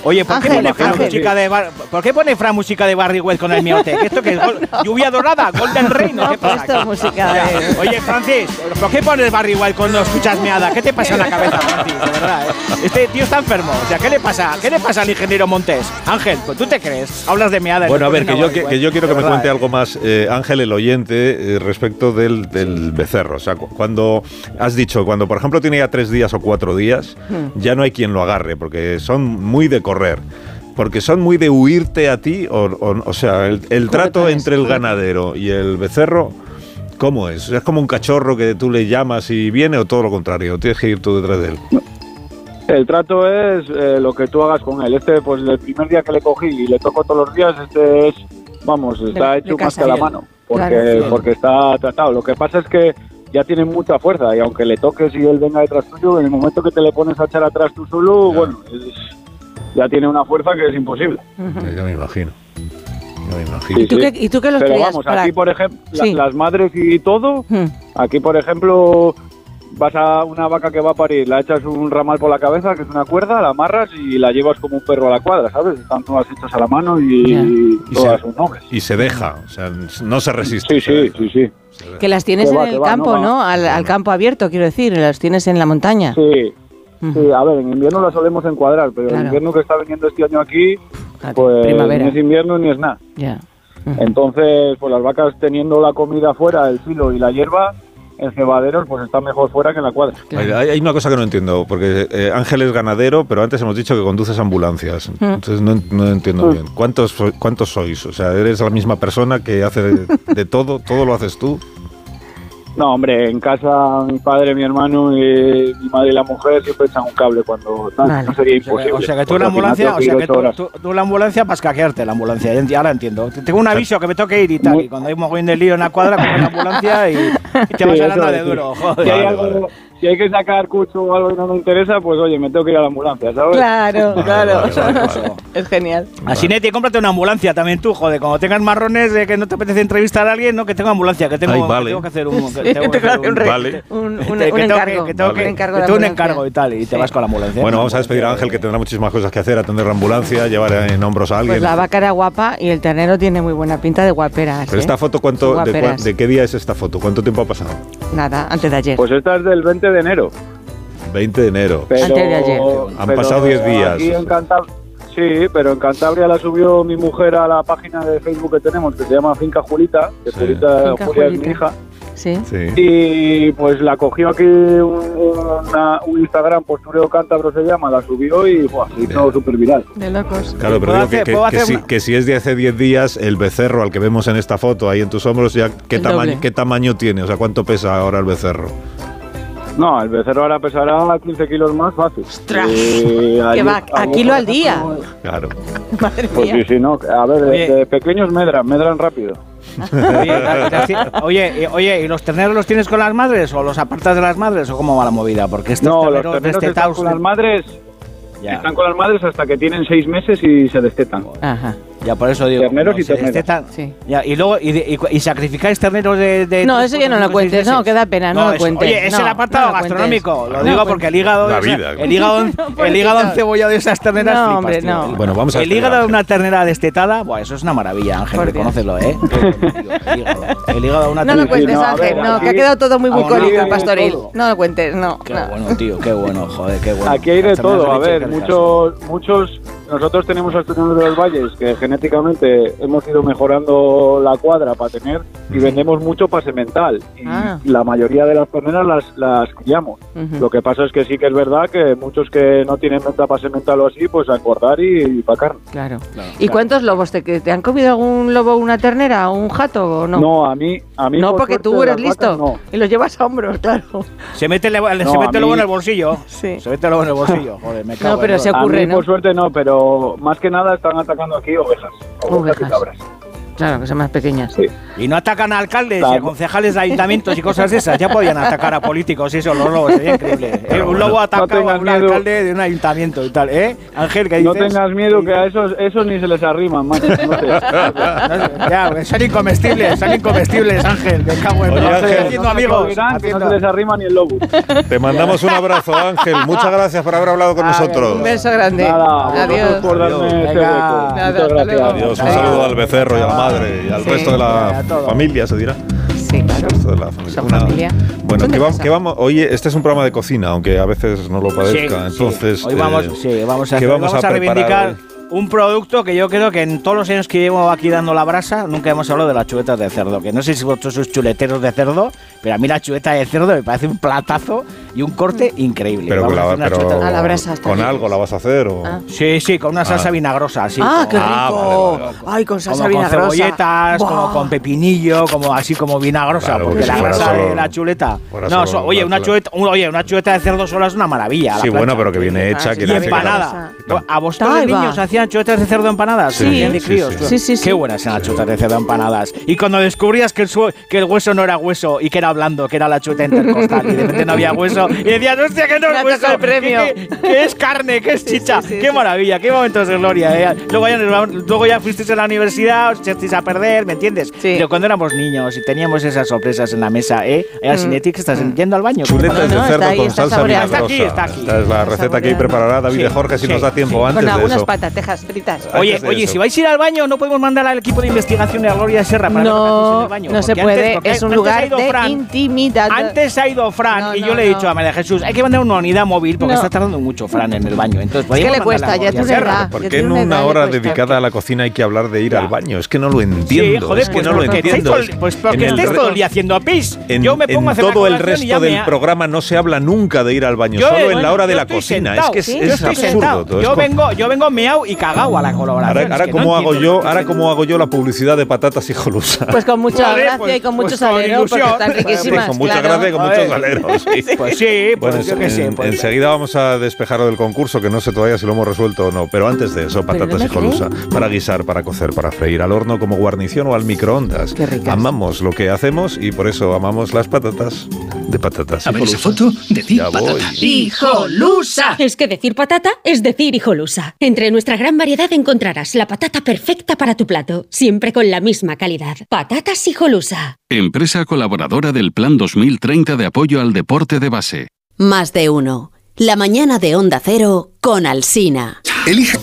[SPEAKER 3] Oye, ¿por qué
[SPEAKER 2] Ángel,
[SPEAKER 3] pone Fran
[SPEAKER 2] Ángel.
[SPEAKER 3] música de bar- ¿Por qué pone Fran música de Barry West con el miote? ¿Esto qué es? Gol- ¿Lluvia dorada? ¿Golden Rain?
[SPEAKER 2] No,
[SPEAKER 3] ¿Qué pasa
[SPEAKER 2] pues esto
[SPEAKER 3] aquí?
[SPEAKER 2] es música de-
[SPEAKER 3] Ya. Oye, Francis, ¿por qué pones Barry White cuando escuchas meada? ¿Qué te pasa en la cabeza, Francis? De verdad, ¿eh? Este tío está enfermo. O sea, ¿qué le pasa? ¿Qué le pasa al ingeniero Montes? Ángel, pues tú te crees. Hablas de meada. y
[SPEAKER 1] Bueno, a ver,
[SPEAKER 3] después
[SPEAKER 1] que
[SPEAKER 3] de
[SPEAKER 1] yo,
[SPEAKER 3] Barry
[SPEAKER 1] que,
[SPEAKER 3] White.
[SPEAKER 1] que yo quiero que
[SPEAKER 3] De
[SPEAKER 1] me
[SPEAKER 3] verdad,
[SPEAKER 1] cuente
[SPEAKER 3] ¿eh?
[SPEAKER 1] algo más, eh, Ángel, el oyente, eh, respecto del, del becerro. O sea, cu- cuando has dicho, cuando por ejemplo tiene ya tres días o cuatro días,
[SPEAKER 4] Hmm.
[SPEAKER 1] ya no hay quien lo agarre, porque son muy de correr. Porque son muy de huirte a ti, o, o- o sea, el, el
[SPEAKER 2] Juguetones,
[SPEAKER 1] trato entre el
[SPEAKER 2] juguetones.
[SPEAKER 1] ganadero y el becerro ¿Cómo es? ¿Es como un cachorro que tú le llamas y viene o todo lo contrario? Tienes que ir tú detrás de él.
[SPEAKER 4] El trato es eh, lo que tú hagas con él. Este, pues el primer día que le cogí y le toco todos los días, este es, vamos, está
[SPEAKER 2] de
[SPEAKER 4] hecho más
[SPEAKER 2] casa,
[SPEAKER 4] que a la
[SPEAKER 2] bien.
[SPEAKER 4] mano, porque,
[SPEAKER 2] Claro, bien.
[SPEAKER 4] porque está tratado. Lo que pasa es que ya tiene mucha fuerza y aunque le toques y él venga detrás tuyo, en el momento que te le pones a echar atrás tú solo, bueno, es- ya tiene una fuerza que es imposible.
[SPEAKER 1] Yo me imagino. Yo me imagino.
[SPEAKER 4] Sí,
[SPEAKER 2] ¿Y tú,
[SPEAKER 4] sí.
[SPEAKER 2] qué, y tú qué los
[SPEAKER 4] Pero
[SPEAKER 2] crías?
[SPEAKER 4] vamos,
[SPEAKER 2] Para-
[SPEAKER 4] aquí por ejemplo, la-
[SPEAKER 2] Sí.
[SPEAKER 4] las madres y todo,
[SPEAKER 2] Hmm.
[SPEAKER 4] Aquí, por ejemplo, vas a una vaca que va a parir, la echas un ramal por la cabeza, que es una cuerda, la amarras y la llevas como un perro a la cuadra, ¿sabes? Están todas hechas a la mano y
[SPEAKER 1] Ya.
[SPEAKER 4] todas
[SPEAKER 1] Y se-
[SPEAKER 4] un noves.
[SPEAKER 1] Y se deja, o sea, no se resiste.
[SPEAKER 4] Sí,
[SPEAKER 1] se
[SPEAKER 4] sí,
[SPEAKER 1] deja,
[SPEAKER 4] sí, sí.
[SPEAKER 1] se deja.
[SPEAKER 2] Que las tienes
[SPEAKER 4] Que va,
[SPEAKER 2] en
[SPEAKER 4] que
[SPEAKER 2] el
[SPEAKER 4] va,
[SPEAKER 2] campo,
[SPEAKER 4] no va.
[SPEAKER 2] ¿no? Al, al campo abierto, quiero decir, las tienes en la montaña.
[SPEAKER 4] Sí,
[SPEAKER 2] Ujú.
[SPEAKER 4] sí, a ver, en invierno la solemos encuadrar, pero
[SPEAKER 2] Claro.
[SPEAKER 4] el invierno que está viniendo este año aquí,
[SPEAKER 2] Claro,
[SPEAKER 4] pues
[SPEAKER 2] primavera.
[SPEAKER 4] ni es invierno ni es nada.
[SPEAKER 2] Ya.
[SPEAKER 4] Entonces, pues las vacas teniendo la comida fuera, el filo y la hierba, en cebaderos, pues está mejor fuera que en la cuadra.
[SPEAKER 1] Hay,
[SPEAKER 2] Claro.
[SPEAKER 1] hay una cosa que no entiendo, porque eh, Ángel es ganadero, pero antes hemos dicho que conduces ambulancias.
[SPEAKER 2] Mm.
[SPEAKER 1] Entonces no, en- no entiendo
[SPEAKER 4] Mm.
[SPEAKER 1] bien. ¿Cuántos, so- ¿Cuántos sois? O sea, eres la misma persona que hace de, de todo, todo lo haces tú.
[SPEAKER 4] No, hombre, en casa mi padre, mi hermano, y mi madre y la mujer siempre echan un cable cuando tal.
[SPEAKER 2] Vale.
[SPEAKER 3] O
[SPEAKER 4] No sería
[SPEAKER 3] sea, que-
[SPEAKER 4] imposible.
[SPEAKER 3] O sea, que tú
[SPEAKER 4] Porque
[SPEAKER 3] una
[SPEAKER 4] al final
[SPEAKER 3] ambulancia,
[SPEAKER 4] tengo
[SPEAKER 3] o sea,
[SPEAKER 4] ir
[SPEAKER 3] que
[SPEAKER 4] ocho
[SPEAKER 3] tú,
[SPEAKER 4] horas.
[SPEAKER 3] tú- tú la ambulancia para escaquearte la ambulancia, ya enti- ahora entiendo. Te- Tengo un aviso que me toque ir y tal,
[SPEAKER 4] Muy-
[SPEAKER 3] y cuando hay un mogollón de lío en la cuadra, coges la ambulancia y, y te
[SPEAKER 4] Sí,
[SPEAKER 3] vas
[SPEAKER 4] eso
[SPEAKER 3] hablando de
[SPEAKER 4] es.
[SPEAKER 3] duro,
[SPEAKER 4] Si hay,
[SPEAKER 3] joder.
[SPEAKER 1] Vale,
[SPEAKER 4] algo-
[SPEAKER 1] vale.
[SPEAKER 4] si hay que sacar cucho o algo que no me interesa, pues oye, me tengo que ir a la ambulancia, ¿sabes?
[SPEAKER 2] Claro,
[SPEAKER 1] Vale,
[SPEAKER 2] claro.
[SPEAKER 1] vale, vale, vale.
[SPEAKER 2] Es genial.
[SPEAKER 3] Así, Neti, cómprate una ambulancia también tú, joder. Cuando tengas marrones de que no te apetece entrevistar a alguien, no, que tengo ambulancia, que tengo,
[SPEAKER 1] Ay,
[SPEAKER 3] que
[SPEAKER 1] vale.
[SPEAKER 3] tengo que hacer un... que tengo que
[SPEAKER 2] Te
[SPEAKER 3] hacer
[SPEAKER 2] hace un, re-
[SPEAKER 1] Vale.
[SPEAKER 2] un, un- un
[SPEAKER 3] que- que tengo que-
[SPEAKER 2] encargo.
[SPEAKER 3] que tengo
[SPEAKER 1] Vale.
[SPEAKER 2] Un encargo de
[SPEAKER 3] que tengo un
[SPEAKER 2] ambulancia.
[SPEAKER 3] encargo y tal, y te
[SPEAKER 2] Sí.
[SPEAKER 3] vas con la ambulancia.
[SPEAKER 1] Bueno, vamos a despedir a Ángel, que tendrá muchísimas cosas que hacer, atender la ambulancia, llevar en hombros a alguien.
[SPEAKER 2] Pues la vaca era guapa y el ternero tiene muy buena pinta de guaperas.
[SPEAKER 1] pero
[SPEAKER 2] ¿eh?
[SPEAKER 1] esta foto, ¿cuánto, de, cua-
[SPEAKER 2] Guaperas.
[SPEAKER 1] de qué día es esta foto? ¿Cuánto tiempo ha pasado?
[SPEAKER 2] Nada, antes de ayer.
[SPEAKER 4] Pues esta es del 20 de enero.
[SPEAKER 1] 20 de enero.
[SPEAKER 4] Pero,
[SPEAKER 2] Antes de ayer.
[SPEAKER 1] Han pasado 10 días.
[SPEAKER 4] aquí en Cantab- sí, pero en Cantabria la subió mi mujer a la página de Facebook que tenemos, que se llama Finca Julita, que
[SPEAKER 1] Sí.
[SPEAKER 4] Julita,
[SPEAKER 2] Finca
[SPEAKER 4] Julia es
[SPEAKER 2] Julita.
[SPEAKER 4] mi hija.
[SPEAKER 2] sí.
[SPEAKER 1] Sí.
[SPEAKER 4] Y pues la cogió aquí un, una- un Instagram, postureo cántabro se llama, la subió y buah, se hizo
[SPEAKER 1] Bien.
[SPEAKER 4] súper viral.
[SPEAKER 2] De locos.
[SPEAKER 1] Claro, pero
[SPEAKER 3] ¿Puedo
[SPEAKER 1] digo que,
[SPEAKER 3] hacer-
[SPEAKER 1] que-
[SPEAKER 3] puedo
[SPEAKER 1] que
[SPEAKER 3] hacer
[SPEAKER 1] si,
[SPEAKER 3] una-
[SPEAKER 1] que si es de hace 10 días, el becerro al que vemos en esta foto ahí en tus hombros, ya ¿qué,
[SPEAKER 2] El
[SPEAKER 1] tamaño,
[SPEAKER 2] doble.
[SPEAKER 1] ¿qué tamaño tiene? O sea, ¿cuánto pesa ahora el becerro?
[SPEAKER 4] No, el becerro ahora pesará 15 kilos más fácil.
[SPEAKER 2] ¡Ostras!
[SPEAKER 4] Eh,
[SPEAKER 2] Que
[SPEAKER 4] ayer-
[SPEAKER 2] va a
[SPEAKER 4] ayer,
[SPEAKER 2] kilo
[SPEAKER 4] por
[SPEAKER 2] al día.
[SPEAKER 4] ejemplo,
[SPEAKER 1] Claro.
[SPEAKER 2] Madre
[SPEAKER 4] Pues sí,
[SPEAKER 2] mía.
[SPEAKER 4] sí, no. A ver,
[SPEAKER 3] Oye.
[SPEAKER 4] de, de pequeños medran, medran rápido.
[SPEAKER 3] Oye, oye, y- oye, ¿y los terneros los tienes con las madres o los apartas de las madres o cómo va la movida? Porque estos
[SPEAKER 4] No, los
[SPEAKER 3] terneros de
[SPEAKER 4] terneros
[SPEAKER 3] este
[SPEAKER 4] están
[SPEAKER 3] Taos-
[SPEAKER 4] con las madres,
[SPEAKER 3] Ya.
[SPEAKER 4] están con las madres hasta que tienen seis meses y se destetan.
[SPEAKER 2] Ajá,
[SPEAKER 3] Ya, por eso digo.
[SPEAKER 4] Terneros
[SPEAKER 3] como
[SPEAKER 4] y
[SPEAKER 3] se
[SPEAKER 4] terneras.
[SPEAKER 3] destetan-
[SPEAKER 2] sí.
[SPEAKER 3] Ya, y luego, y, de- y cu- y sacrificáis terneros de. de
[SPEAKER 2] No,
[SPEAKER 3] tres
[SPEAKER 2] eso ya no lo
[SPEAKER 3] puntos, cinco,
[SPEAKER 2] cuentes,
[SPEAKER 3] seis
[SPEAKER 2] no,
[SPEAKER 3] meses?
[SPEAKER 2] que da pena, no lo
[SPEAKER 3] eso-
[SPEAKER 2] cuentes,
[SPEAKER 3] Oye, es
[SPEAKER 2] no,
[SPEAKER 3] el apartado
[SPEAKER 2] no lo cuentes.
[SPEAKER 3] gastronómico. Lo
[SPEAKER 1] No
[SPEAKER 3] digo
[SPEAKER 2] lo
[SPEAKER 3] porque el hígado.
[SPEAKER 1] La
[SPEAKER 3] o sea,
[SPEAKER 1] vida.
[SPEAKER 3] El hígado, en-
[SPEAKER 2] No,
[SPEAKER 3] el hígado
[SPEAKER 2] pobrecito.
[SPEAKER 3] encebollado de esas terneras.
[SPEAKER 2] No,
[SPEAKER 3] flipas,
[SPEAKER 2] hombre,
[SPEAKER 3] tío.
[SPEAKER 2] no.
[SPEAKER 1] Bueno, vamos a
[SPEAKER 3] El
[SPEAKER 1] despedir,
[SPEAKER 3] hígado de
[SPEAKER 1] Ángel.
[SPEAKER 3] una ternera destetada, buah, eso es una maravilla,
[SPEAKER 2] Por
[SPEAKER 3] Ángel,
[SPEAKER 2] Dios.
[SPEAKER 3] reconócelo, ¿eh? El hígado, el hígado de una
[SPEAKER 2] No lo
[SPEAKER 3] ternera.
[SPEAKER 2] cuentes,
[SPEAKER 4] no, a
[SPEAKER 2] Ángel,
[SPEAKER 4] ver,
[SPEAKER 2] no, que ha
[SPEAKER 4] aquí-
[SPEAKER 2] quedado todo muy
[SPEAKER 4] aquí
[SPEAKER 2] bucólico el
[SPEAKER 4] hay
[SPEAKER 2] pastoril.
[SPEAKER 3] todo.
[SPEAKER 2] No lo cuentes, no.
[SPEAKER 3] Qué
[SPEAKER 2] no.
[SPEAKER 3] bueno, tío, qué bueno, joder, qué bueno.
[SPEAKER 4] Aquí hay de
[SPEAKER 3] Las terneras
[SPEAKER 4] todo, a
[SPEAKER 3] leche,
[SPEAKER 4] ver,
[SPEAKER 3] qué ricas.
[SPEAKER 4] muchos, muchos, nosotros tenemos a Asturianos de los Valles que genéticamente hemos ido mejorando la cuadra para tener y vendemos mucho para semental y
[SPEAKER 2] Ah.
[SPEAKER 4] la mayoría de las terneras las, las criamos.
[SPEAKER 2] Ujú.
[SPEAKER 4] Lo que pasa es que sí que es verdad que muchos que no tienen venta para semental o así, pues a engordar y, para carne.
[SPEAKER 2] Claro.
[SPEAKER 3] Claro,
[SPEAKER 2] ¿Y cuántos lobos? ¿Te, te han comido algún lobo, una ternera, un jato o no?
[SPEAKER 4] No, a mí, a mí
[SPEAKER 2] No,
[SPEAKER 4] por
[SPEAKER 2] porque tú
[SPEAKER 4] suerte,
[SPEAKER 2] eres
[SPEAKER 4] las
[SPEAKER 2] listo.
[SPEAKER 4] vacas
[SPEAKER 2] Y
[SPEAKER 4] no.
[SPEAKER 2] los llevas a hombros, claro.
[SPEAKER 3] Se mete, el, se
[SPEAKER 4] No, a
[SPEAKER 3] mete el lobo
[SPEAKER 4] mí-
[SPEAKER 3] en el bolsillo.
[SPEAKER 2] Sí.
[SPEAKER 3] Se mete el lobo en el bolsillo, joder, me cago en
[SPEAKER 2] pero
[SPEAKER 3] Dios.
[SPEAKER 2] se- ocurre,
[SPEAKER 4] a mí,
[SPEAKER 2] ¿no?
[SPEAKER 4] por suerte no, pero más que nada están atacando aquí ovejas. Ovejas,
[SPEAKER 2] Ovejas.
[SPEAKER 4] y cabras.
[SPEAKER 2] Claro, que son más pequeñas.
[SPEAKER 4] Sí.
[SPEAKER 3] Y no atacan a alcaldes y a
[SPEAKER 4] Claro.
[SPEAKER 3] concejales de ayuntamientos y cosas de esas. Ya podían atacar a políticos y eso, los lobos, sería increíble.
[SPEAKER 1] Pero
[SPEAKER 3] Eh, un
[SPEAKER 1] bueno.
[SPEAKER 3] lobo ataca
[SPEAKER 4] No
[SPEAKER 3] a un
[SPEAKER 4] tengas miedo.
[SPEAKER 3] alcalde de un ayuntamiento y tal, ¿eh? Ángel, ¿qué
[SPEAKER 4] No
[SPEAKER 3] dices?
[SPEAKER 4] tengas miedo que a esos, esos ni se les arriman, macho. No te-
[SPEAKER 3] No sé, Ya, porque son incomestibles, son incomestibles, Ángel. Me cago en
[SPEAKER 1] Oye,
[SPEAKER 3] Dios.
[SPEAKER 1] Ángel.
[SPEAKER 3] Haciendo
[SPEAKER 4] no se
[SPEAKER 3] amigos.
[SPEAKER 4] cogerán, que no
[SPEAKER 3] haciendo-
[SPEAKER 4] se les arrima ni el lobo.
[SPEAKER 1] Te mandamos un abrazo, Ángel. Muchas gracias por haber hablado con nosotros.
[SPEAKER 2] Un beso grande.
[SPEAKER 4] Nada, a vosotros
[SPEAKER 2] Adiós.
[SPEAKER 4] por darme
[SPEAKER 3] Adiós.
[SPEAKER 4] este
[SPEAKER 3] Venga.
[SPEAKER 4] hueco.
[SPEAKER 2] Nada,
[SPEAKER 4] Muchas
[SPEAKER 2] hasta
[SPEAKER 4] gracias.
[SPEAKER 2] luego.
[SPEAKER 1] Adiós. Un saludo al becerro y a la madre y al
[SPEAKER 2] Sí.
[SPEAKER 1] resto de la
[SPEAKER 3] A todos.
[SPEAKER 1] familia, se dirá.
[SPEAKER 2] Sí, claro.
[SPEAKER 1] Resto de la familia.
[SPEAKER 2] Son
[SPEAKER 1] Una-
[SPEAKER 2] familia.
[SPEAKER 1] Bueno,
[SPEAKER 2] Son
[SPEAKER 1] que,
[SPEAKER 2] de
[SPEAKER 1] vam-
[SPEAKER 2] casa.
[SPEAKER 1] que vamos. Oye, este es un programa de cocina, aunque a veces no lo parezca.
[SPEAKER 3] Sí,
[SPEAKER 1] Pues Entonces.
[SPEAKER 3] sí. Hoy
[SPEAKER 1] eh,
[SPEAKER 3] vamos, sí, vamos a,
[SPEAKER 1] ¿qué
[SPEAKER 3] hoy vamos a
[SPEAKER 1] preparar
[SPEAKER 3] reivindicar
[SPEAKER 1] hoy?
[SPEAKER 3] un producto que yo creo que en todos los años que llevo aquí dando la brasa, nunca hemos hablado de las chuletas de cerdo. Que no sé si vosotros sois chuleteros de cerdo, pero a mí la chuleta de cerdo me parece un platazo y un corte increíble.
[SPEAKER 1] Pero,
[SPEAKER 3] Vamos a
[SPEAKER 1] la-
[SPEAKER 3] hacer una
[SPEAKER 1] pero
[SPEAKER 3] chuleta.
[SPEAKER 2] Ah, la brasa está
[SPEAKER 1] con
[SPEAKER 2] bien.
[SPEAKER 1] algo la vas a hacer o
[SPEAKER 2] Ah.
[SPEAKER 3] Sí, sí, con una salsa vinagrosa, así.
[SPEAKER 2] ah,
[SPEAKER 3] como-
[SPEAKER 2] qué rico.
[SPEAKER 1] Ah, vale, vale,
[SPEAKER 2] Ay, con salsa
[SPEAKER 3] como con
[SPEAKER 2] vinagrosa.
[SPEAKER 3] cebolletas,
[SPEAKER 2] Buah.
[SPEAKER 3] como con pepinillo, como así como vinagrosa,
[SPEAKER 1] Claro,
[SPEAKER 3] porque
[SPEAKER 1] porque
[SPEAKER 3] la
[SPEAKER 1] si fuera
[SPEAKER 3] grasa de
[SPEAKER 1] solo-
[SPEAKER 3] la chuleta.
[SPEAKER 1] fuera
[SPEAKER 3] No,
[SPEAKER 1] solo
[SPEAKER 3] so- oye,
[SPEAKER 1] una
[SPEAKER 3] una
[SPEAKER 1] chuleta.
[SPEAKER 3] chuleta, un- oye, una chuleta de cerdo sola es una maravilla. a
[SPEAKER 1] sí
[SPEAKER 3] la plancha.
[SPEAKER 1] bueno pero que viene
[SPEAKER 2] Ah,
[SPEAKER 1] hecha
[SPEAKER 2] sí,
[SPEAKER 1] que
[SPEAKER 3] Y
[SPEAKER 1] le
[SPEAKER 2] Gracias,
[SPEAKER 1] hace cada-
[SPEAKER 3] empanada. ah,
[SPEAKER 1] No,
[SPEAKER 3] ¿A vosotros de
[SPEAKER 2] Taiba.
[SPEAKER 3] niños hacían chuletas de cerdo empanadas?
[SPEAKER 1] Sí,
[SPEAKER 3] Cuando eran de
[SPEAKER 1] sí,
[SPEAKER 3] críos.
[SPEAKER 1] sí,
[SPEAKER 2] sí. Sí, sí,
[SPEAKER 3] Qué
[SPEAKER 2] sí.
[SPEAKER 3] buenas eran las chuletas de cerdo empanadas. Y cuando descubrías que el, sue- que el hueso no era hueso y que era blando, que era la chuleta intercostal, y de repente no había hueso, y decías, hostia, que no es
[SPEAKER 2] Me ha
[SPEAKER 3] hueso,
[SPEAKER 2] tocado el premio".
[SPEAKER 3] Que, que- que es carne, que es chicha.
[SPEAKER 2] sí, sí,
[SPEAKER 3] qué
[SPEAKER 2] sí.
[SPEAKER 3] maravilla, qué momentos de gloria. eh. Luego, ya, nos vamos- luego ya fuisteis a la universidad, os echasteis a perder, ¿me entiendes?
[SPEAKER 2] Sí.
[SPEAKER 3] Pero cuando éramos niños y teníamos esas sorpresas en la mesa, ¿eh?
[SPEAKER 2] Mm.
[SPEAKER 3] Era Cinetic, estás yendo al baño.
[SPEAKER 1] Chuletas
[SPEAKER 2] No, no,
[SPEAKER 1] Mm. de
[SPEAKER 2] está
[SPEAKER 1] cerdo
[SPEAKER 2] ahí,
[SPEAKER 1] con
[SPEAKER 2] está
[SPEAKER 1] salsa
[SPEAKER 2] saboreando.
[SPEAKER 1] milagrosa.
[SPEAKER 3] Está aquí, está aquí.
[SPEAKER 1] Esta es la
[SPEAKER 2] Está
[SPEAKER 1] receta que hay
[SPEAKER 2] saboreando.
[SPEAKER 1] preparada David de Jorge, si
[SPEAKER 3] sí,
[SPEAKER 1] nos da tiempo
[SPEAKER 3] sí.
[SPEAKER 1] antes
[SPEAKER 2] Con
[SPEAKER 1] de
[SPEAKER 2] algunas
[SPEAKER 1] eso.
[SPEAKER 2] patatejas fritas.
[SPEAKER 1] Ay,
[SPEAKER 3] Oye,
[SPEAKER 1] Antes de
[SPEAKER 3] oye,
[SPEAKER 1] eso.
[SPEAKER 3] si vais a ir al baño, no podemos mandar al equipo de investigación de la Gloria Serra para ver lo que hacéis en
[SPEAKER 2] No,
[SPEAKER 3] el baño.
[SPEAKER 2] no se
[SPEAKER 3] Porque
[SPEAKER 2] puede.
[SPEAKER 3] antes- porque
[SPEAKER 2] es un
[SPEAKER 3] antes ha
[SPEAKER 2] lugar
[SPEAKER 3] ido
[SPEAKER 2] de
[SPEAKER 3] Fran.
[SPEAKER 2] intimidad.
[SPEAKER 3] Antes ha ido Fran
[SPEAKER 2] No,
[SPEAKER 3] y yo
[SPEAKER 2] no,
[SPEAKER 3] le he
[SPEAKER 2] no.
[SPEAKER 3] dicho a María Jesús, hay que mandar una unidad móvil porque
[SPEAKER 2] No.
[SPEAKER 3] está tardando mucho Fran en el baño. Entonces,
[SPEAKER 2] Es que
[SPEAKER 3] podríamos
[SPEAKER 2] le cuesta,
[SPEAKER 3] mandarla a
[SPEAKER 2] Ah, ya
[SPEAKER 3] Gloria
[SPEAKER 2] es una
[SPEAKER 3] Serra.
[SPEAKER 2] edad.
[SPEAKER 1] ¿Por
[SPEAKER 2] yo
[SPEAKER 1] qué
[SPEAKER 2] tengo
[SPEAKER 1] en
[SPEAKER 2] una
[SPEAKER 1] una
[SPEAKER 2] edad
[SPEAKER 1] hora
[SPEAKER 2] de cuesta.
[SPEAKER 1] dedicada a la cocina hay que hablar de ir
[SPEAKER 3] Ya.
[SPEAKER 1] al baño? Es que no lo
[SPEAKER 3] Sí,
[SPEAKER 1] entiendo.
[SPEAKER 3] joder,
[SPEAKER 1] es que
[SPEAKER 3] pues
[SPEAKER 1] no lo
[SPEAKER 3] porque estáis
[SPEAKER 1] entiendo.
[SPEAKER 3] todo
[SPEAKER 1] Es-
[SPEAKER 3] el- Pues porque
[SPEAKER 1] en el
[SPEAKER 3] estáis
[SPEAKER 1] re-
[SPEAKER 3] todo el día haciendo pis.
[SPEAKER 1] en-
[SPEAKER 3] yo me pongo a
[SPEAKER 1] en
[SPEAKER 3] hacer la
[SPEAKER 1] todo el
[SPEAKER 3] colación y
[SPEAKER 1] resto
[SPEAKER 3] ya me
[SPEAKER 1] del
[SPEAKER 3] ha-
[SPEAKER 1] programa no se habla nunca de ir al baño,
[SPEAKER 3] Yo,
[SPEAKER 1] solo en
[SPEAKER 3] bueno,
[SPEAKER 1] la hora de
[SPEAKER 3] yo
[SPEAKER 1] la
[SPEAKER 3] estoy
[SPEAKER 1] cocina.
[SPEAKER 3] sentado,
[SPEAKER 1] es que
[SPEAKER 3] sí,
[SPEAKER 1] es,
[SPEAKER 3] yo
[SPEAKER 1] es
[SPEAKER 3] estoy sentado.
[SPEAKER 1] absurdo. todo, es
[SPEAKER 3] Yo
[SPEAKER 1] co-
[SPEAKER 3] vengo, yo vengo meao y cagao a la colaboración.
[SPEAKER 1] Ahora,
[SPEAKER 3] es
[SPEAKER 1] ahora
[SPEAKER 3] que no
[SPEAKER 1] cómo hago
[SPEAKER 3] entiendo.
[SPEAKER 1] yo, ahora cómo hago yo la publicidad de patatas y jolusa.
[SPEAKER 2] Pues con mucha
[SPEAKER 3] Vale,
[SPEAKER 2] gracia
[SPEAKER 3] pues-
[SPEAKER 2] y con
[SPEAKER 3] pues
[SPEAKER 2] mucho
[SPEAKER 3] con
[SPEAKER 2] salero, porque
[SPEAKER 3] ilusión.
[SPEAKER 2] están
[SPEAKER 3] Pues con
[SPEAKER 2] riquísimas.
[SPEAKER 1] con mucha
[SPEAKER 2] claro.
[SPEAKER 1] gracia y con
[SPEAKER 3] A
[SPEAKER 1] muchos
[SPEAKER 3] ver.
[SPEAKER 1] aleros. sí.
[SPEAKER 3] Pues sí, pues
[SPEAKER 1] Bueno,
[SPEAKER 3] yo
[SPEAKER 1] en-
[SPEAKER 3] qué sé. pues-
[SPEAKER 1] enseguida vamos a despejar lo del concurso, que no sé todavía si lo hemos resuelto o no, pero antes de eso,
[SPEAKER 2] Pero no
[SPEAKER 1] patatas
[SPEAKER 2] me
[SPEAKER 1] y jolusa, para guisar, para cocer, para freír, al horno como guarnición o al microondas.
[SPEAKER 2] Qué ricas.
[SPEAKER 1] Amamos lo que hacemos y por eso amamos las patatas de patatas.
[SPEAKER 5] A
[SPEAKER 1] y
[SPEAKER 5] ver esa
[SPEAKER 1] jolusas.
[SPEAKER 5] foto, decir
[SPEAKER 1] Ya voy.
[SPEAKER 5] patata.
[SPEAKER 6] ¡Hijolusa!
[SPEAKER 7] Es que decir patata es decir hijolusa. Entre nuestra gran variedad encontrarás la patata perfecta para tu plato, siempre con la misma calidad. Patatas hijolusa.
[SPEAKER 8] Empresa colaboradora del Plan 2030 de apoyo al deporte de base.
[SPEAKER 9] Más de uno. La mañana de Onda Cero con Alsina.
[SPEAKER 5] Elige.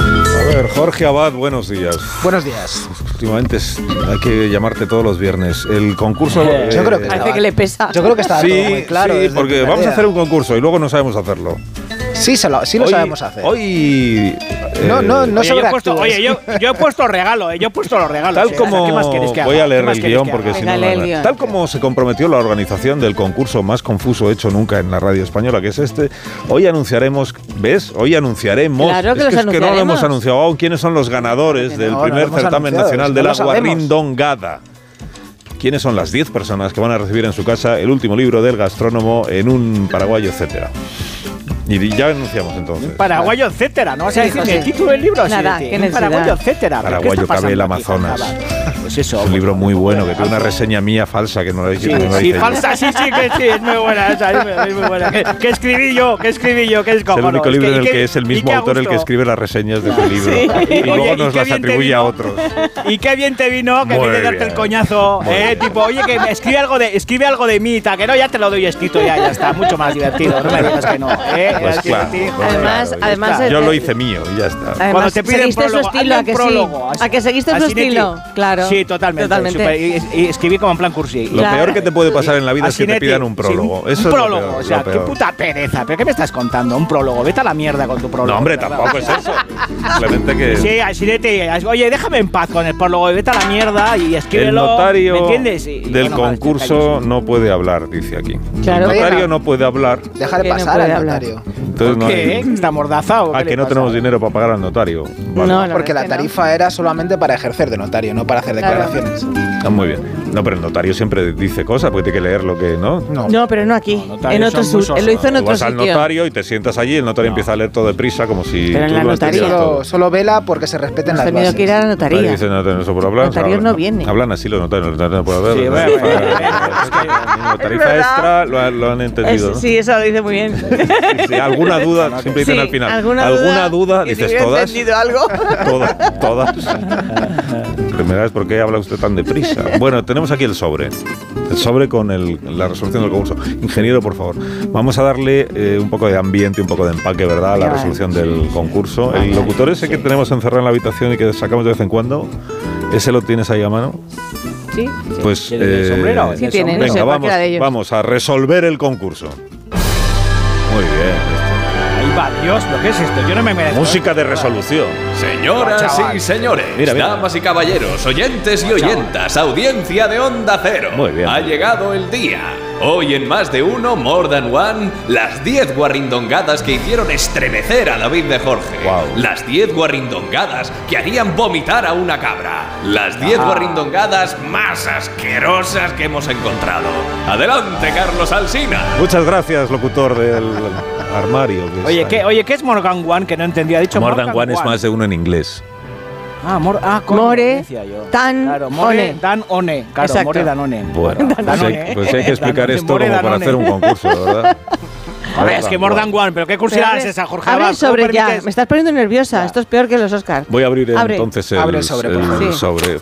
[SPEAKER 1] A ver, Jorge Abad, buenos días.
[SPEAKER 10] Buenos días.
[SPEAKER 1] Últimamente es- hay que llamarte todos los viernes. El concurso...
[SPEAKER 3] Eh,
[SPEAKER 10] Yo creo que
[SPEAKER 2] Parece que le pesa.
[SPEAKER 10] Yo creo que está
[SPEAKER 1] Sí,
[SPEAKER 10] todo muy claro.
[SPEAKER 1] sí,
[SPEAKER 10] desde el
[SPEAKER 1] porque
[SPEAKER 10] primer
[SPEAKER 1] vamos a
[SPEAKER 10] día.
[SPEAKER 1] hacer un concurso y luego no sabemos hacerlo.
[SPEAKER 10] Sí, se lo, sí lo
[SPEAKER 1] Hoy-
[SPEAKER 10] sabemos hacer.
[SPEAKER 1] Hoy... eh,
[SPEAKER 10] No, no, no
[SPEAKER 3] Oye, yo he puesto,
[SPEAKER 10] sobreactúes.
[SPEAKER 3] oye, yo, yo he puesto regalo, eh, yo he puesto los regalos.
[SPEAKER 1] Tal
[SPEAKER 3] eh.
[SPEAKER 1] como
[SPEAKER 3] ¿Qué más quieres que haga?
[SPEAKER 1] voy a
[SPEAKER 3] ¿Qué
[SPEAKER 1] leer
[SPEAKER 3] más
[SPEAKER 1] el
[SPEAKER 3] quieres
[SPEAKER 1] guión
[SPEAKER 3] que
[SPEAKER 1] porque
[SPEAKER 3] haga?
[SPEAKER 1] si
[SPEAKER 2] Venga,
[SPEAKER 1] no,
[SPEAKER 2] lee el
[SPEAKER 1] no-
[SPEAKER 2] guión.
[SPEAKER 1] tal como se comprometió la organización del concurso más confuso hecho nunca en la radio española que es este, hoy anunciaremos, ¿ves? Hoy anunciaremos,
[SPEAKER 2] Claro que
[SPEAKER 1] es,
[SPEAKER 2] los
[SPEAKER 1] es que no lo hemos
[SPEAKER 2] anunciaremos.
[SPEAKER 1] anunciado aún, quiénes son los ganadores del
[SPEAKER 10] no lo
[SPEAKER 1] primer
[SPEAKER 10] hemos
[SPEAKER 1] certamen
[SPEAKER 10] anunciado,
[SPEAKER 1] nacional
[SPEAKER 10] es
[SPEAKER 1] del
[SPEAKER 10] que lo
[SPEAKER 1] agua
[SPEAKER 10] sabemos.
[SPEAKER 1] rindongada. ¿Quiénes son las 10 personas que van a recibir en su casa el último libro del gastrónomo en un paraguayo, etcétera? Y di- ya anunciamos entonces.
[SPEAKER 3] Paraguayo, etcétera, ¿no? O sea,
[SPEAKER 2] Sí,
[SPEAKER 3] decir
[SPEAKER 2] José.
[SPEAKER 3] el título del libro.
[SPEAKER 2] Nada,
[SPEAKER 3] Siete.
[SPEAKER 2] qué
[SPEAKER 3] Un
[SPEAKER 2] necesidad.
[SPEAKER 3] Paraguayo, etcétera. ¿Pero qué
[SPEAKER 1] Paraguayo,
[SPEAKER 3] está
[SPEAKER 1] cabe el
[SPEAKER 3] pasando aquí,
[SPEAKER 1] Amazonas.
[SPEAKER 3] Jazaba? Pues eso.
[SPEAKER 1] Es un libro muy bueno que tiene
[SPEAKER 3] tiene
[SPEAKER 1] una reseña mía falsa que no la he
[SPEAKER 3] Sí,
[SPEAKER 1] que no la
[SPEAKER 3] sí,
[SPEAKER 1] hice yo.
[SPEAKER 3] falsa, sí, sí, que sí, es muy buena esa, es muy- es muy buena. Que, que escribí yo, que escribí yo, que es
[SPEAKER 1] Es
[SPEAKER 3] como.
[SPEAKER 1] el único libro en el que es el mismo autor el que escribe las reseñas de su libro. Y luego
[SPEAKER 3] Oye, ¿y
[SPEAKER 1] nos
[SPEAKER 3] qué
[SPEAKER 1] las
[SPEAKER 3] bien te Eh,
[SPEAKER 1] atribuye a
[SPEAKER 3] vino?
[SPEAKER 1] otros.
[SPEAKER 3] Y qué bien te vino, que
[SPEAKER 1] Muy
[SPEAKER 3] viene a darte
[SPEAKER 1] bien.
[SPEAKER 3] el coñazo,
[SPEAKER 1] Muy
[SPEAKER 3] eh,
[SPEAKER 1] bien.
[SPEAKER 3] tipo, oye, que me escribe algo de, escribe algo de mí, ta, que no, ya te lo doy escrito, ya, ya está, mucho más divertido, no me digas que no, eh,
[SPEAKER 1] Pues
[SPEAKER 3] así,
[SPEAKER 1] claro,
[SPEAKER 3] así.
[SPEAKER 1] pues
[SPEAKER 2] Además-
[SPEAKER 1] claro, ya
[SPEAKER 2] además
[SPEAKER 1] está.
[SPEAKER 2] el-
[SPEAKER 1] Yo lo hice mío y ya está.
[SPEAKER 2] Además,
[SPEAKER 3] Cuando te piden
[SPEAKER 2] seguiste
[SPEAKER 3] prólogo,
[SPEAKER 2] su estilo,
[SPEAKER 3] hazle
[SPEAKER 2] a que
[SPEAKER 3] un prólogo.
[SPEAKER 2] sí. A que seguiste su
[SPEAKER 3] así de
[SPEAKER 2] estilo,
[SPEAKER 3] ti.
[SPEAKER 2] claro.
[SPEAKER 3] Sí, totalmente.
[SPEAKER 2] Totalmente.
[SPEAKER 3] super- y, y- y escribí como en plan cursi.
[SPEAKER 1] Lo
[SPEAKER 2] Claro.
[SPEAKER 1] peor que te puede pasar en la vida es que te
[SPEAKER 3] Asinetti,
[SPEAKER 1] pidan un
[SPEAKER 3] sí,
[SPEAKER 1] prólogo. Eso
[SPEAKER 3] un
[SPEAKER 1] es lo
[SPEAKER 3] prólogo,
[SPEAKER 1] peor,
[SPEAKER 3] o sea,
[SPEAKER 1] lo
[SPEAKER 3] qué
[SPEAKER 1] peor.
[SPEAKER 3] puta pereza. ¿Pero qué me estás contando? Un prólogo. Vete a la mierda con tu prólogo.
[SPEAKER 1] No, hombre,
[SPEAKER 3] de verdad.
[SPEAKER 1] tampoco es eso. Simplemente que.
[SPEAKER 3] Sí, Asinete, as- oye, déjame en paz con el prólogo, y vete a la mierda y escríbelo.
[SPEAKER 1] El notario
[SPEAKER 3] ¿me entiendes? Y- y
[SPEAKER 1] del
[SPEAKER 3] bueno, vale,
[SPEAKER 1] concurso no puede hablar, dice aquí.
[SPEAKER 2] Claro,
[SPEAKER 1] el notario
[SPEAKER 10] venga.
[SPEAKER 1] no puede hablar,
[SPEAKER 10] Dejar
[SPEAKER 2] Que no
[SPEAKER 10] pasar
[SPEAKER 2] puede
[SPEAKER 10] al
[SPEAKER 2] hablar.
[SPEAKER 10] notario.
[SPEAKER 1] entonces no
[SPEAKER 3] ¿Por qué?
[SPEAKER 1] hay-
[SPEAKER 3] ¿Está mordazado?
[SPEAKER 1] Ah, que no tenemos dinero para pagar al notario. Vale.
[SPEAKER 2] No, la
[SPEAKER 10] Porque la
[SPEAKER 2] verdad que no.
[SPEAKER 10] tarifa era solamente para ejercer de notario, no para hacer
[SPEAKER 2] Claro.
[SPEAKER 10] declaraciones.
[SPEAKER 1] Ah, muy bien. No, pero el notario siempre dice cosas, porque tiene que leer lo que, ¿no?
[SPEAKER 2] No, pero no aquí.
[SPEAKER 3] No, notarios
[SPEAKER 2] en otro
[SPEAKER 3] son muy
[SPEAKER 2] sur- Él lo hizo en
[SPEAKER 1] Tú
[SPEAKER 2] otro
[SPEAKER 1] vas al
[SPEAKER 2] sitio.
[SPEAKER 1] notario y te sientas allí, el notario empieza a leer todo deprisa como si
[SPEAKER 2] Pero en
[SPEAKER 1] tú
[SPEAKER 2] la
[SPEAKER 1] lo
[SPEAKER 2] notaría.
[SPEAKER 1] entendieras todo.
[SPEAKER 10] Solo, solo vela porque se respeten
[SPEAKER 2] Hemos
[SPEAKER 10] las
[SPEAKER 2] tenido
[SPEAKER 10] bases.
[SPEAKER 2] que ir a la
[SPEAKER 1] Nadie
[SPEAKER 2] notaría.
[SPEAKER 1] dice nada, no se puede hablar.
[SPEAKER 2] Notarios
[SPEAKER 1] hablan-
[SPEAKER 2] no vienen.
[SPEAKER 1] Hablan así los notarios, los notarios no pueden
[SPEAKER 3] Sí,
[SPEAKER 1] hablar.
[SPEAKER 3] bueno, bueno,
[SPEAKER 1] Es que la Tarifa
[SPEAKER 2] verdad.
[SPEAKER 1] extra lo, ha- lo han entendido.
[SPEAKER 2] Es-
[SPEAKER 1] ¿no?
[SPEAKER 2] sí, eso lo dice muy bien.
[SPEAKER 1] Sí, sí, alguna duda, siempre dicen
[SPEAKER 2] Sí,
[SPEAKER 1] al final.
[SPEAKER 2] ¿Alguna,
[SPEAKER 1] duda?
[SPEAKER 2] Y
[SPEAKER 1] Dices
[SPEAKER 2] si hubiera
[SPEAKER 1] todas.
[SPEAKER 2] entendido algo?
[SPEAKER 1] Todas, todas. Primera vez, ¿por qué habla usted tan deprisa? Bueno, tenemos aquí el sobre. El sobre con el- la resolución del concurso. Ingeniero, por favor, vamos a darle eh, un poco de ambiente, un poco de empaque, ¿verdad? A la
[SPEAKER 3] eh.
[SPEAKER 2] Vale.
[SPEAKER 1] resolución del concurso. El locutor ese que tenemos encerrado en la habitación y que sacamos de vez en cuando, ¿ese lo tienes ahí a mano?
[SPEAKER 2] Sí.
[SPEAKER 1] Pues.
[SPEAKER 3] ¿El del sombrero?
[SPEAKER 2] Sí tienen, no
[SPEAKER 3] El sombrero.
[SPEAKER 2] sé,
[SPEAKER 1] Venga,
[SPEAKER 2] cualquiera
[SPEAKER 1] vamos,
[SPEAKER 2] de ellos.
[SPEAKER 1] vamos a resolver el concurso. Muy bien.
[SPEAKER 3] Ahí viva Dios, lo que es esto, yo no me merezco.
[SPEAKER 1] Música de resolución.
[SPEAKER 11] Señoras
[SPEAKER 3] Chaval.
[SPEAKER 11] y señores,
[SPEAKER 1] Mira, mira.
[SPEAKER 11] damas y caballeros, oyentes y oyentas, audiencia de Onda Cero.
[SPEAKER 1] Muy bien.
[SPEAKER 11] Ha llegado el día. Hoy en Más de Uno, More Than One, las 10 guarrindongadas que hicieron estremecer a David de Jorge.
[SPEAKER 1] Guau.
[SPEAKER 11] Las 10 guarrindongadas que harían vomitar a una cabra. Las
[SPEAKER 1] Ah.
[SPEAKER 11] 10 guarrindongadas más asquerosas que hemos encontrado. Adelante, Carlos Alsina.
[SPEAKER 1] Muchas gracias, locutor del armario. que
[SPEAKER 3] ¿eh? Oye,
[SPEAKER 1] está
[SPEAKER 3] ¿qué,
[SPEAKER 1] ahí.
[SPEAKER 3] oye, ¿qué es Morgan One? Que no entendía. Ha dicho
[SPEAKER 1] More than
[SPEAKER 3] Morgan
[SPEAKER 1] one es más de uno en inglés.
[SPEAKER 3] Ah, mor, ah coño,
[SPEAKER 2] More,
[SPEAKER 3] decía yo.
[SPEAKER 2] tan,
[SPEAKER 3] claro, more,
[SPEAKER 2] one.
[SPEAKER 3] Dan One. Claro,
[SPEAKER 2] Exacto.
[SPEAKER 3] More Dan One.
[SPEAKER 1] Bueno, pues
[SPEAKER 3] Danone,
[SPEAKER 1] hay,
[SPEAKER 3] ¿eh?
[SPEAKER 1] pues hay que explicar
[SPEAKER 3] Danone,
[SPEAKER 1] esto
[SPEAKER 3] More
[SPEAKER 1] como para
[SPEAKER 3] Danone.
[SPEAKER 1] hacer un concurso, de ¿verdad?
[SPEAKER 3] A ver, es que More Than One, pero qué curiosidad es esa, Jorge
[SPEAKER 2] Abre
[SPEAKER 3] Abad?
[SPEAKER 2] el
[SPEAKER 3] ¿Cómo
[SPEAKER 2] sobre ya.
[SPEAKER 3] permites?
[SPEAKER 2] Me estás poniendo nerviosa. Esto es peor que los Oscars.
[SPEAKER 1] Voy a abrir
[SPEAKER 2] Abre.
[SPEAKER 1] entonces el,
[SPEAKER 12] Abre el sobre, por
[SPEAKER 1] el
[SPEAKER 2] favor. Sí.
[SPEAKER 1] sobre.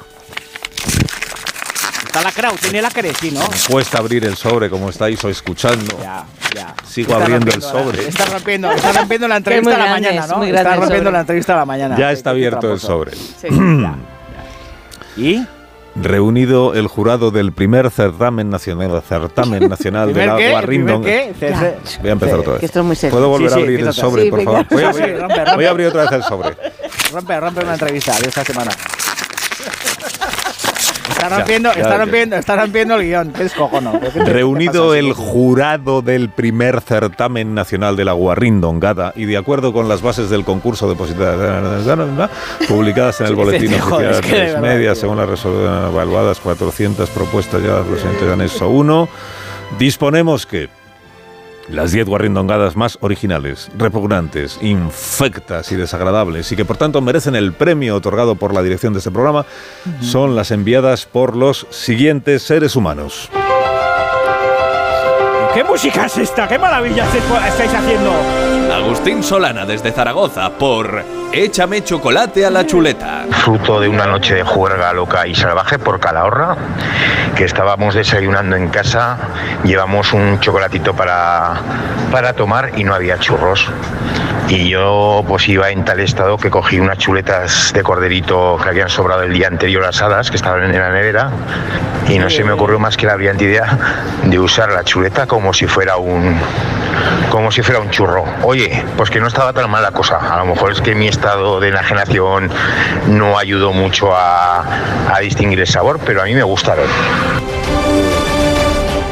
[SPEAKER 3] Está la crowd, tiene la creci, ¿no?
[SPEAKER 1] Cuesta abrir el sobre, como estáis o escuchando.
[SPEAKER 3] Ya, ya.
[SPEAKER 1] Sigo
[SPEAKER 3] Está
[SPEAKER 1] abriendo el
[SPEAKER 3] rompiendo
[SPEAKER 1] sobre.
[SPEAKER 3] la- Está rompiendo, está rompiendo la
[SPEAKER 2] muy
[SPEAKER 3] entrevista a la
[SPEAKER 2] grande,
[SPEAKER 3] mañana,
[SPEAKER 2] es
[SPEAKER 3] ¿no?
[SPEAKER 2] muy grande
[SPEAKER 3] Está
[SPEAKER 2] el
[SPEAKER 3] rompiendo
[SPEAKER 2] sobre.
[SPEAKER 3] la entrevista a la mañana.
[SPEAKER 1] Ya
[SPEAKER 3] Qué-
[SPEAKER 1] está
[SPEAKER 3] qué
[SPEAKER 1] abierto el
[SPEAKER 3] tramposo.
[SPEAKER 1] sobre.
[SPEAKER 2] Sí.
[SPEAKER 3] ¿Y?
[SPEAKER 1] Reunido el jurado del primer certamen nacional, certamen nacional de
[SPEAKER 3] ¿Primer
[SPEAKER 1] la
[SPEAKER 3] qué?
[SPEAKER 1] Guarrindon.
[SPEAKER 3] ¿Primer qué?
[SPEAKER 2] Ya.
[SPEAKER 3] Ce- ce-
[SPEAKER 1] Voy a empezar otra vez.
[SPEAKER 2] Que esto es muy serio.
[SPEAKER 1] ¿Puedo volver
[SPEAKER 3] Sí, sí,
[SPEAKER 1] a abrir
[SPEAKER 3] empieza
[SPEAKER 1] el
[SPEAKER 3] otra vez.
[SPEAKER 1] sobre,
[SPEAKER 2] Sí,
[SPEAKER 1] por
[SPEAKER 2] venga.
[SPEAKER 1] favor? Voy a, abrir,
[SPEAKER 3] Sí, rompe, rompe.
[SPEAKER 1] voy a abrir otra vez el sobre.
[SPEAKER 3] Rompe, rompe una entrevista de esta semana. Está
[SPEAKER 1] Ya,
[SPEAKER 3] rompiendo,
[SPEAKER 1] ya,
[SPEAKER 3] está
[SPEAKER 1] ya.
[SPEAKER 3] rompiendo, está rompiendo el guión. ¿Qué descojono? ¿Qué te-
[SPEAKER 1] Reunido
[SPEAKER 3] qué te
[SPEAKER 1] el
[SPEAKER 3] pasa?
[SPEAKER 1] jurado del primer certamen nacional de la guarrindongada y de acuerdo con las bases del concurso depositadas publicadas en el boletín oficial
[SPEAKER 3] Joder, es
[SPEAKER 1] de
[SPEAKER 3] que de
[SPEAKER 1] tres
[SPEAKER 3] verdad,
[SPEAKER 1] media,
[SPEAKER 3] tío.
[SPEAKER 1] según las resoluciones evaluadas 400 propuestas ya presentes en anexo 1, disponemos que las 10 guarrindongadas más originales, repugnantes, infectas y desagradables, y que por tanto merecen el premio otorgado por la dirección de este programa, son las enviadas por los siguientes seres humanos.
[SPEAKER 3] ¿Qué música es esta? ¿Qué maravilla se- estáis haciendo?
[SPEAKER 11] Agustín Solana desde Zaragoza por Échame chocolate a la chuleta.
[SPEAKER 6] fruto de una noche de juerga loca y salvaje por Calahorra, que estábamos desayunando en casa, llevamos un chocolatito para, para tomar y no había churros. Y yo pues iba en tal estado que cogí unas chuletas de corderito que habían sobrado el día anterior asadas, que estaban en la nevera, y no se me ocurrió más que la brillante idea de usar la chuleta como si fuera un como si fuera un churro. Oye, pues que no estaba tan mala cosa. A lo mejor es que mi estado de enajenación no ayudó mucho a, a distinguir el sabor, pero a mí me gustaron.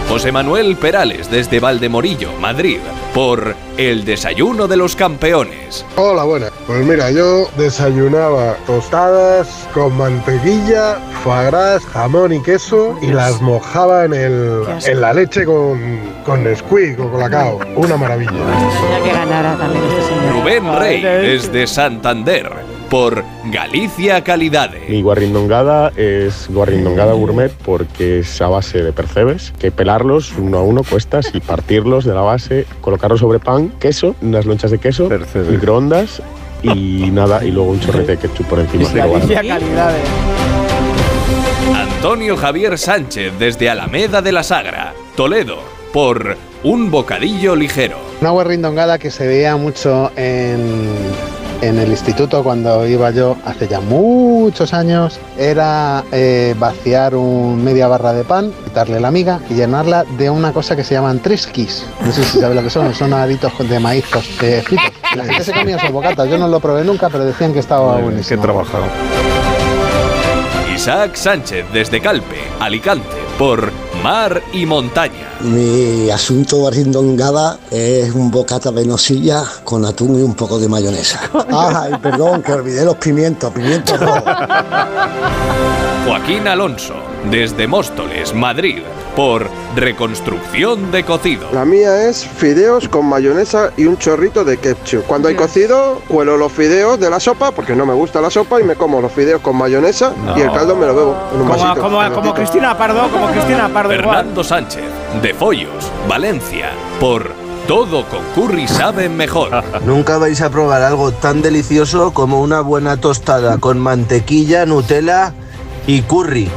[SPEAKER 11] José Manuel Perales desde Valdemorillo, Madrid, por El desayuno de los campeones.
[SPEAKER 4] Hola, buenas. Pues mira, yo desayunaba tostadas con mantequilla, farás, jamón y queso y las mojaba en, el, en la leche con, con Nesquik o con cacao. Una maravilla.
[SPEAKER 2] Tenía que ganar a- también este señor.
[SPEAKER 11] Rubén Rey
[SPEAKER 3] Ay, ay.
[SPEAKER 11] desde Santander, por Galicia Calidades.
[SPEAKER 4] Mi guarrindongada es guarrindongada gourmet porque es a base de percebes, que pelarlos uno a uno cuestas y partirlos de la base, colocarlos sobre pan, queso, unas lonchas de queso,
[SPEAKER 1] Percebes.
[SPEAKER 4] microondas y nada, y luego un chorrete de ketchup por encima.
[SPEAKER 3] La Alicia Calidades.
[SPEAKER 11] Antonio Javier Sánchez desde Alameda de la Sagra, Toledo, por Un bocadillo ligero.
[SPEAKER 6] Una guarrindongada que se veía mucho en, en el instituto cuando iba yo hace ya muchos años era eh, vaciar un media barra de pan, quitarle la miga y llenarla de una cosa que se llaman tresquis. No sé si sabes lo que son, son aritos de maíz cos- eh, fritos. Y La gente se comía esos bocatas, yo no lo probé nunca, pero decían que estaba
[SPEAKER 1] Qué
[SPEAKER 6] buenísimo.
[SPEAKER 1] trabajado.
[SPEAKER 11] Isaac Sánchez desde Calpe, Alicante, por Mar y Montaña.
[SPEAKER 6] Mi asunto guarrindongada es un bocata de nocilla con atún y un poco de mayonesa. Ay, perdón, que olvidé los pimientos, pimientos
[SPEAKER 11] Joaquín Alonso, desde Móstoles, Madrid, por Reconstrucción de Cocido.
[SPEAKER 4] La mía es fideos con mayonesa y un chorrito de ketchup. Cuando hay cocido, cuelo los fideos de la sopa, porque no me gusta la sopa, y me como los fideos con mayonesa y el caldo me lo bebo en un
[SPEAKER 3] Como,
[SPEAKER 4] vasito.
[SPEAKER 3] como, como Cristina Pardo, como Cristina Pardo igual.
[SPEAKER 11] Fernando Sánchez, de Follos, Valencia, por Todo con curry sabe mejor.
[SPEAKER 6] Nunca vais a probar algo tan delicioso como una buena tostada con mantequilla, Nutella y curry.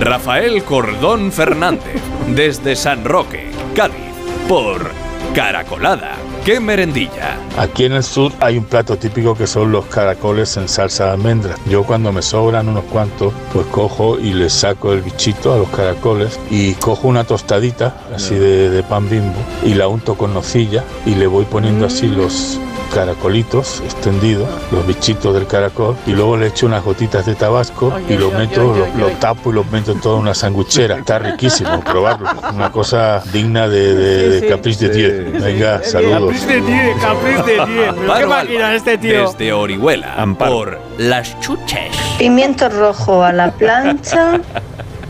[SPEAKER 11] Rafael Cordón Fernández, desde San Roque, Cádiz, por Caracolada,
[SPEAKER 5] ¿Qué merendilla?
[SPEAKER 13] Aquí en el sur hay un plato típico que son los caracoles en salsa de almendras. Yo cuando me sobran unos cuantos, pues cojo y les saco el bichito a los caracoles y cojo una tostadita así de, de pan bimbo y la unto con nocilla y le voy poniendo así los caracolitos extendidos, los bichitos del caracol y luego le echo unas gotitas de tabasco y lo meto, lo, lo tapo y lo meto en toda una sanguchera. Está riquísimo, probarlo. Una cosa digna de, de, de Caprice de Dieu. Venga, saludos.
[SPEAKER 3] Capriz de Dieu, Capriz de Dieu. Pero qué
[SPEAKER 5] Amparo
[SPEAKER 3] máquina este tío.
[SPEAKER 5] Desde Orihuela, por las chuches.
[SPEAKER 14] Pimiento rojo a la plancha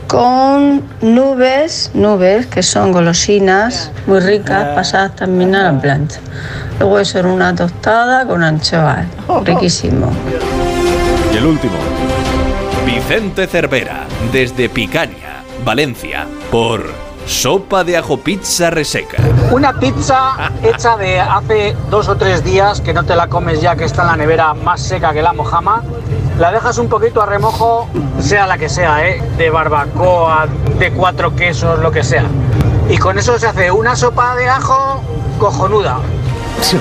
[SPEAKER 14] con nubes, nubes que son golosinas muy ricas, pasadas también a la plancha. Luego eso era una tostada con anchoas, riquísimo.
[SPEAKER 5] Y el último. Vicente Cervera, desde Picaña, Valencia, por sopa de ajo pizza reseca.
[SPEAKER 15] Una pizza hecha de hace dos o tres días que no te la comes ya que está en la nevera más seca que la mojama. La dejas un poquito a remojo, sea la que sea, ¿eh? de barbacoa, de cuatro quesos, lo que sea. Y con eso se hace una sopa de ajo cojonuda.
[SPEAKER 3] Son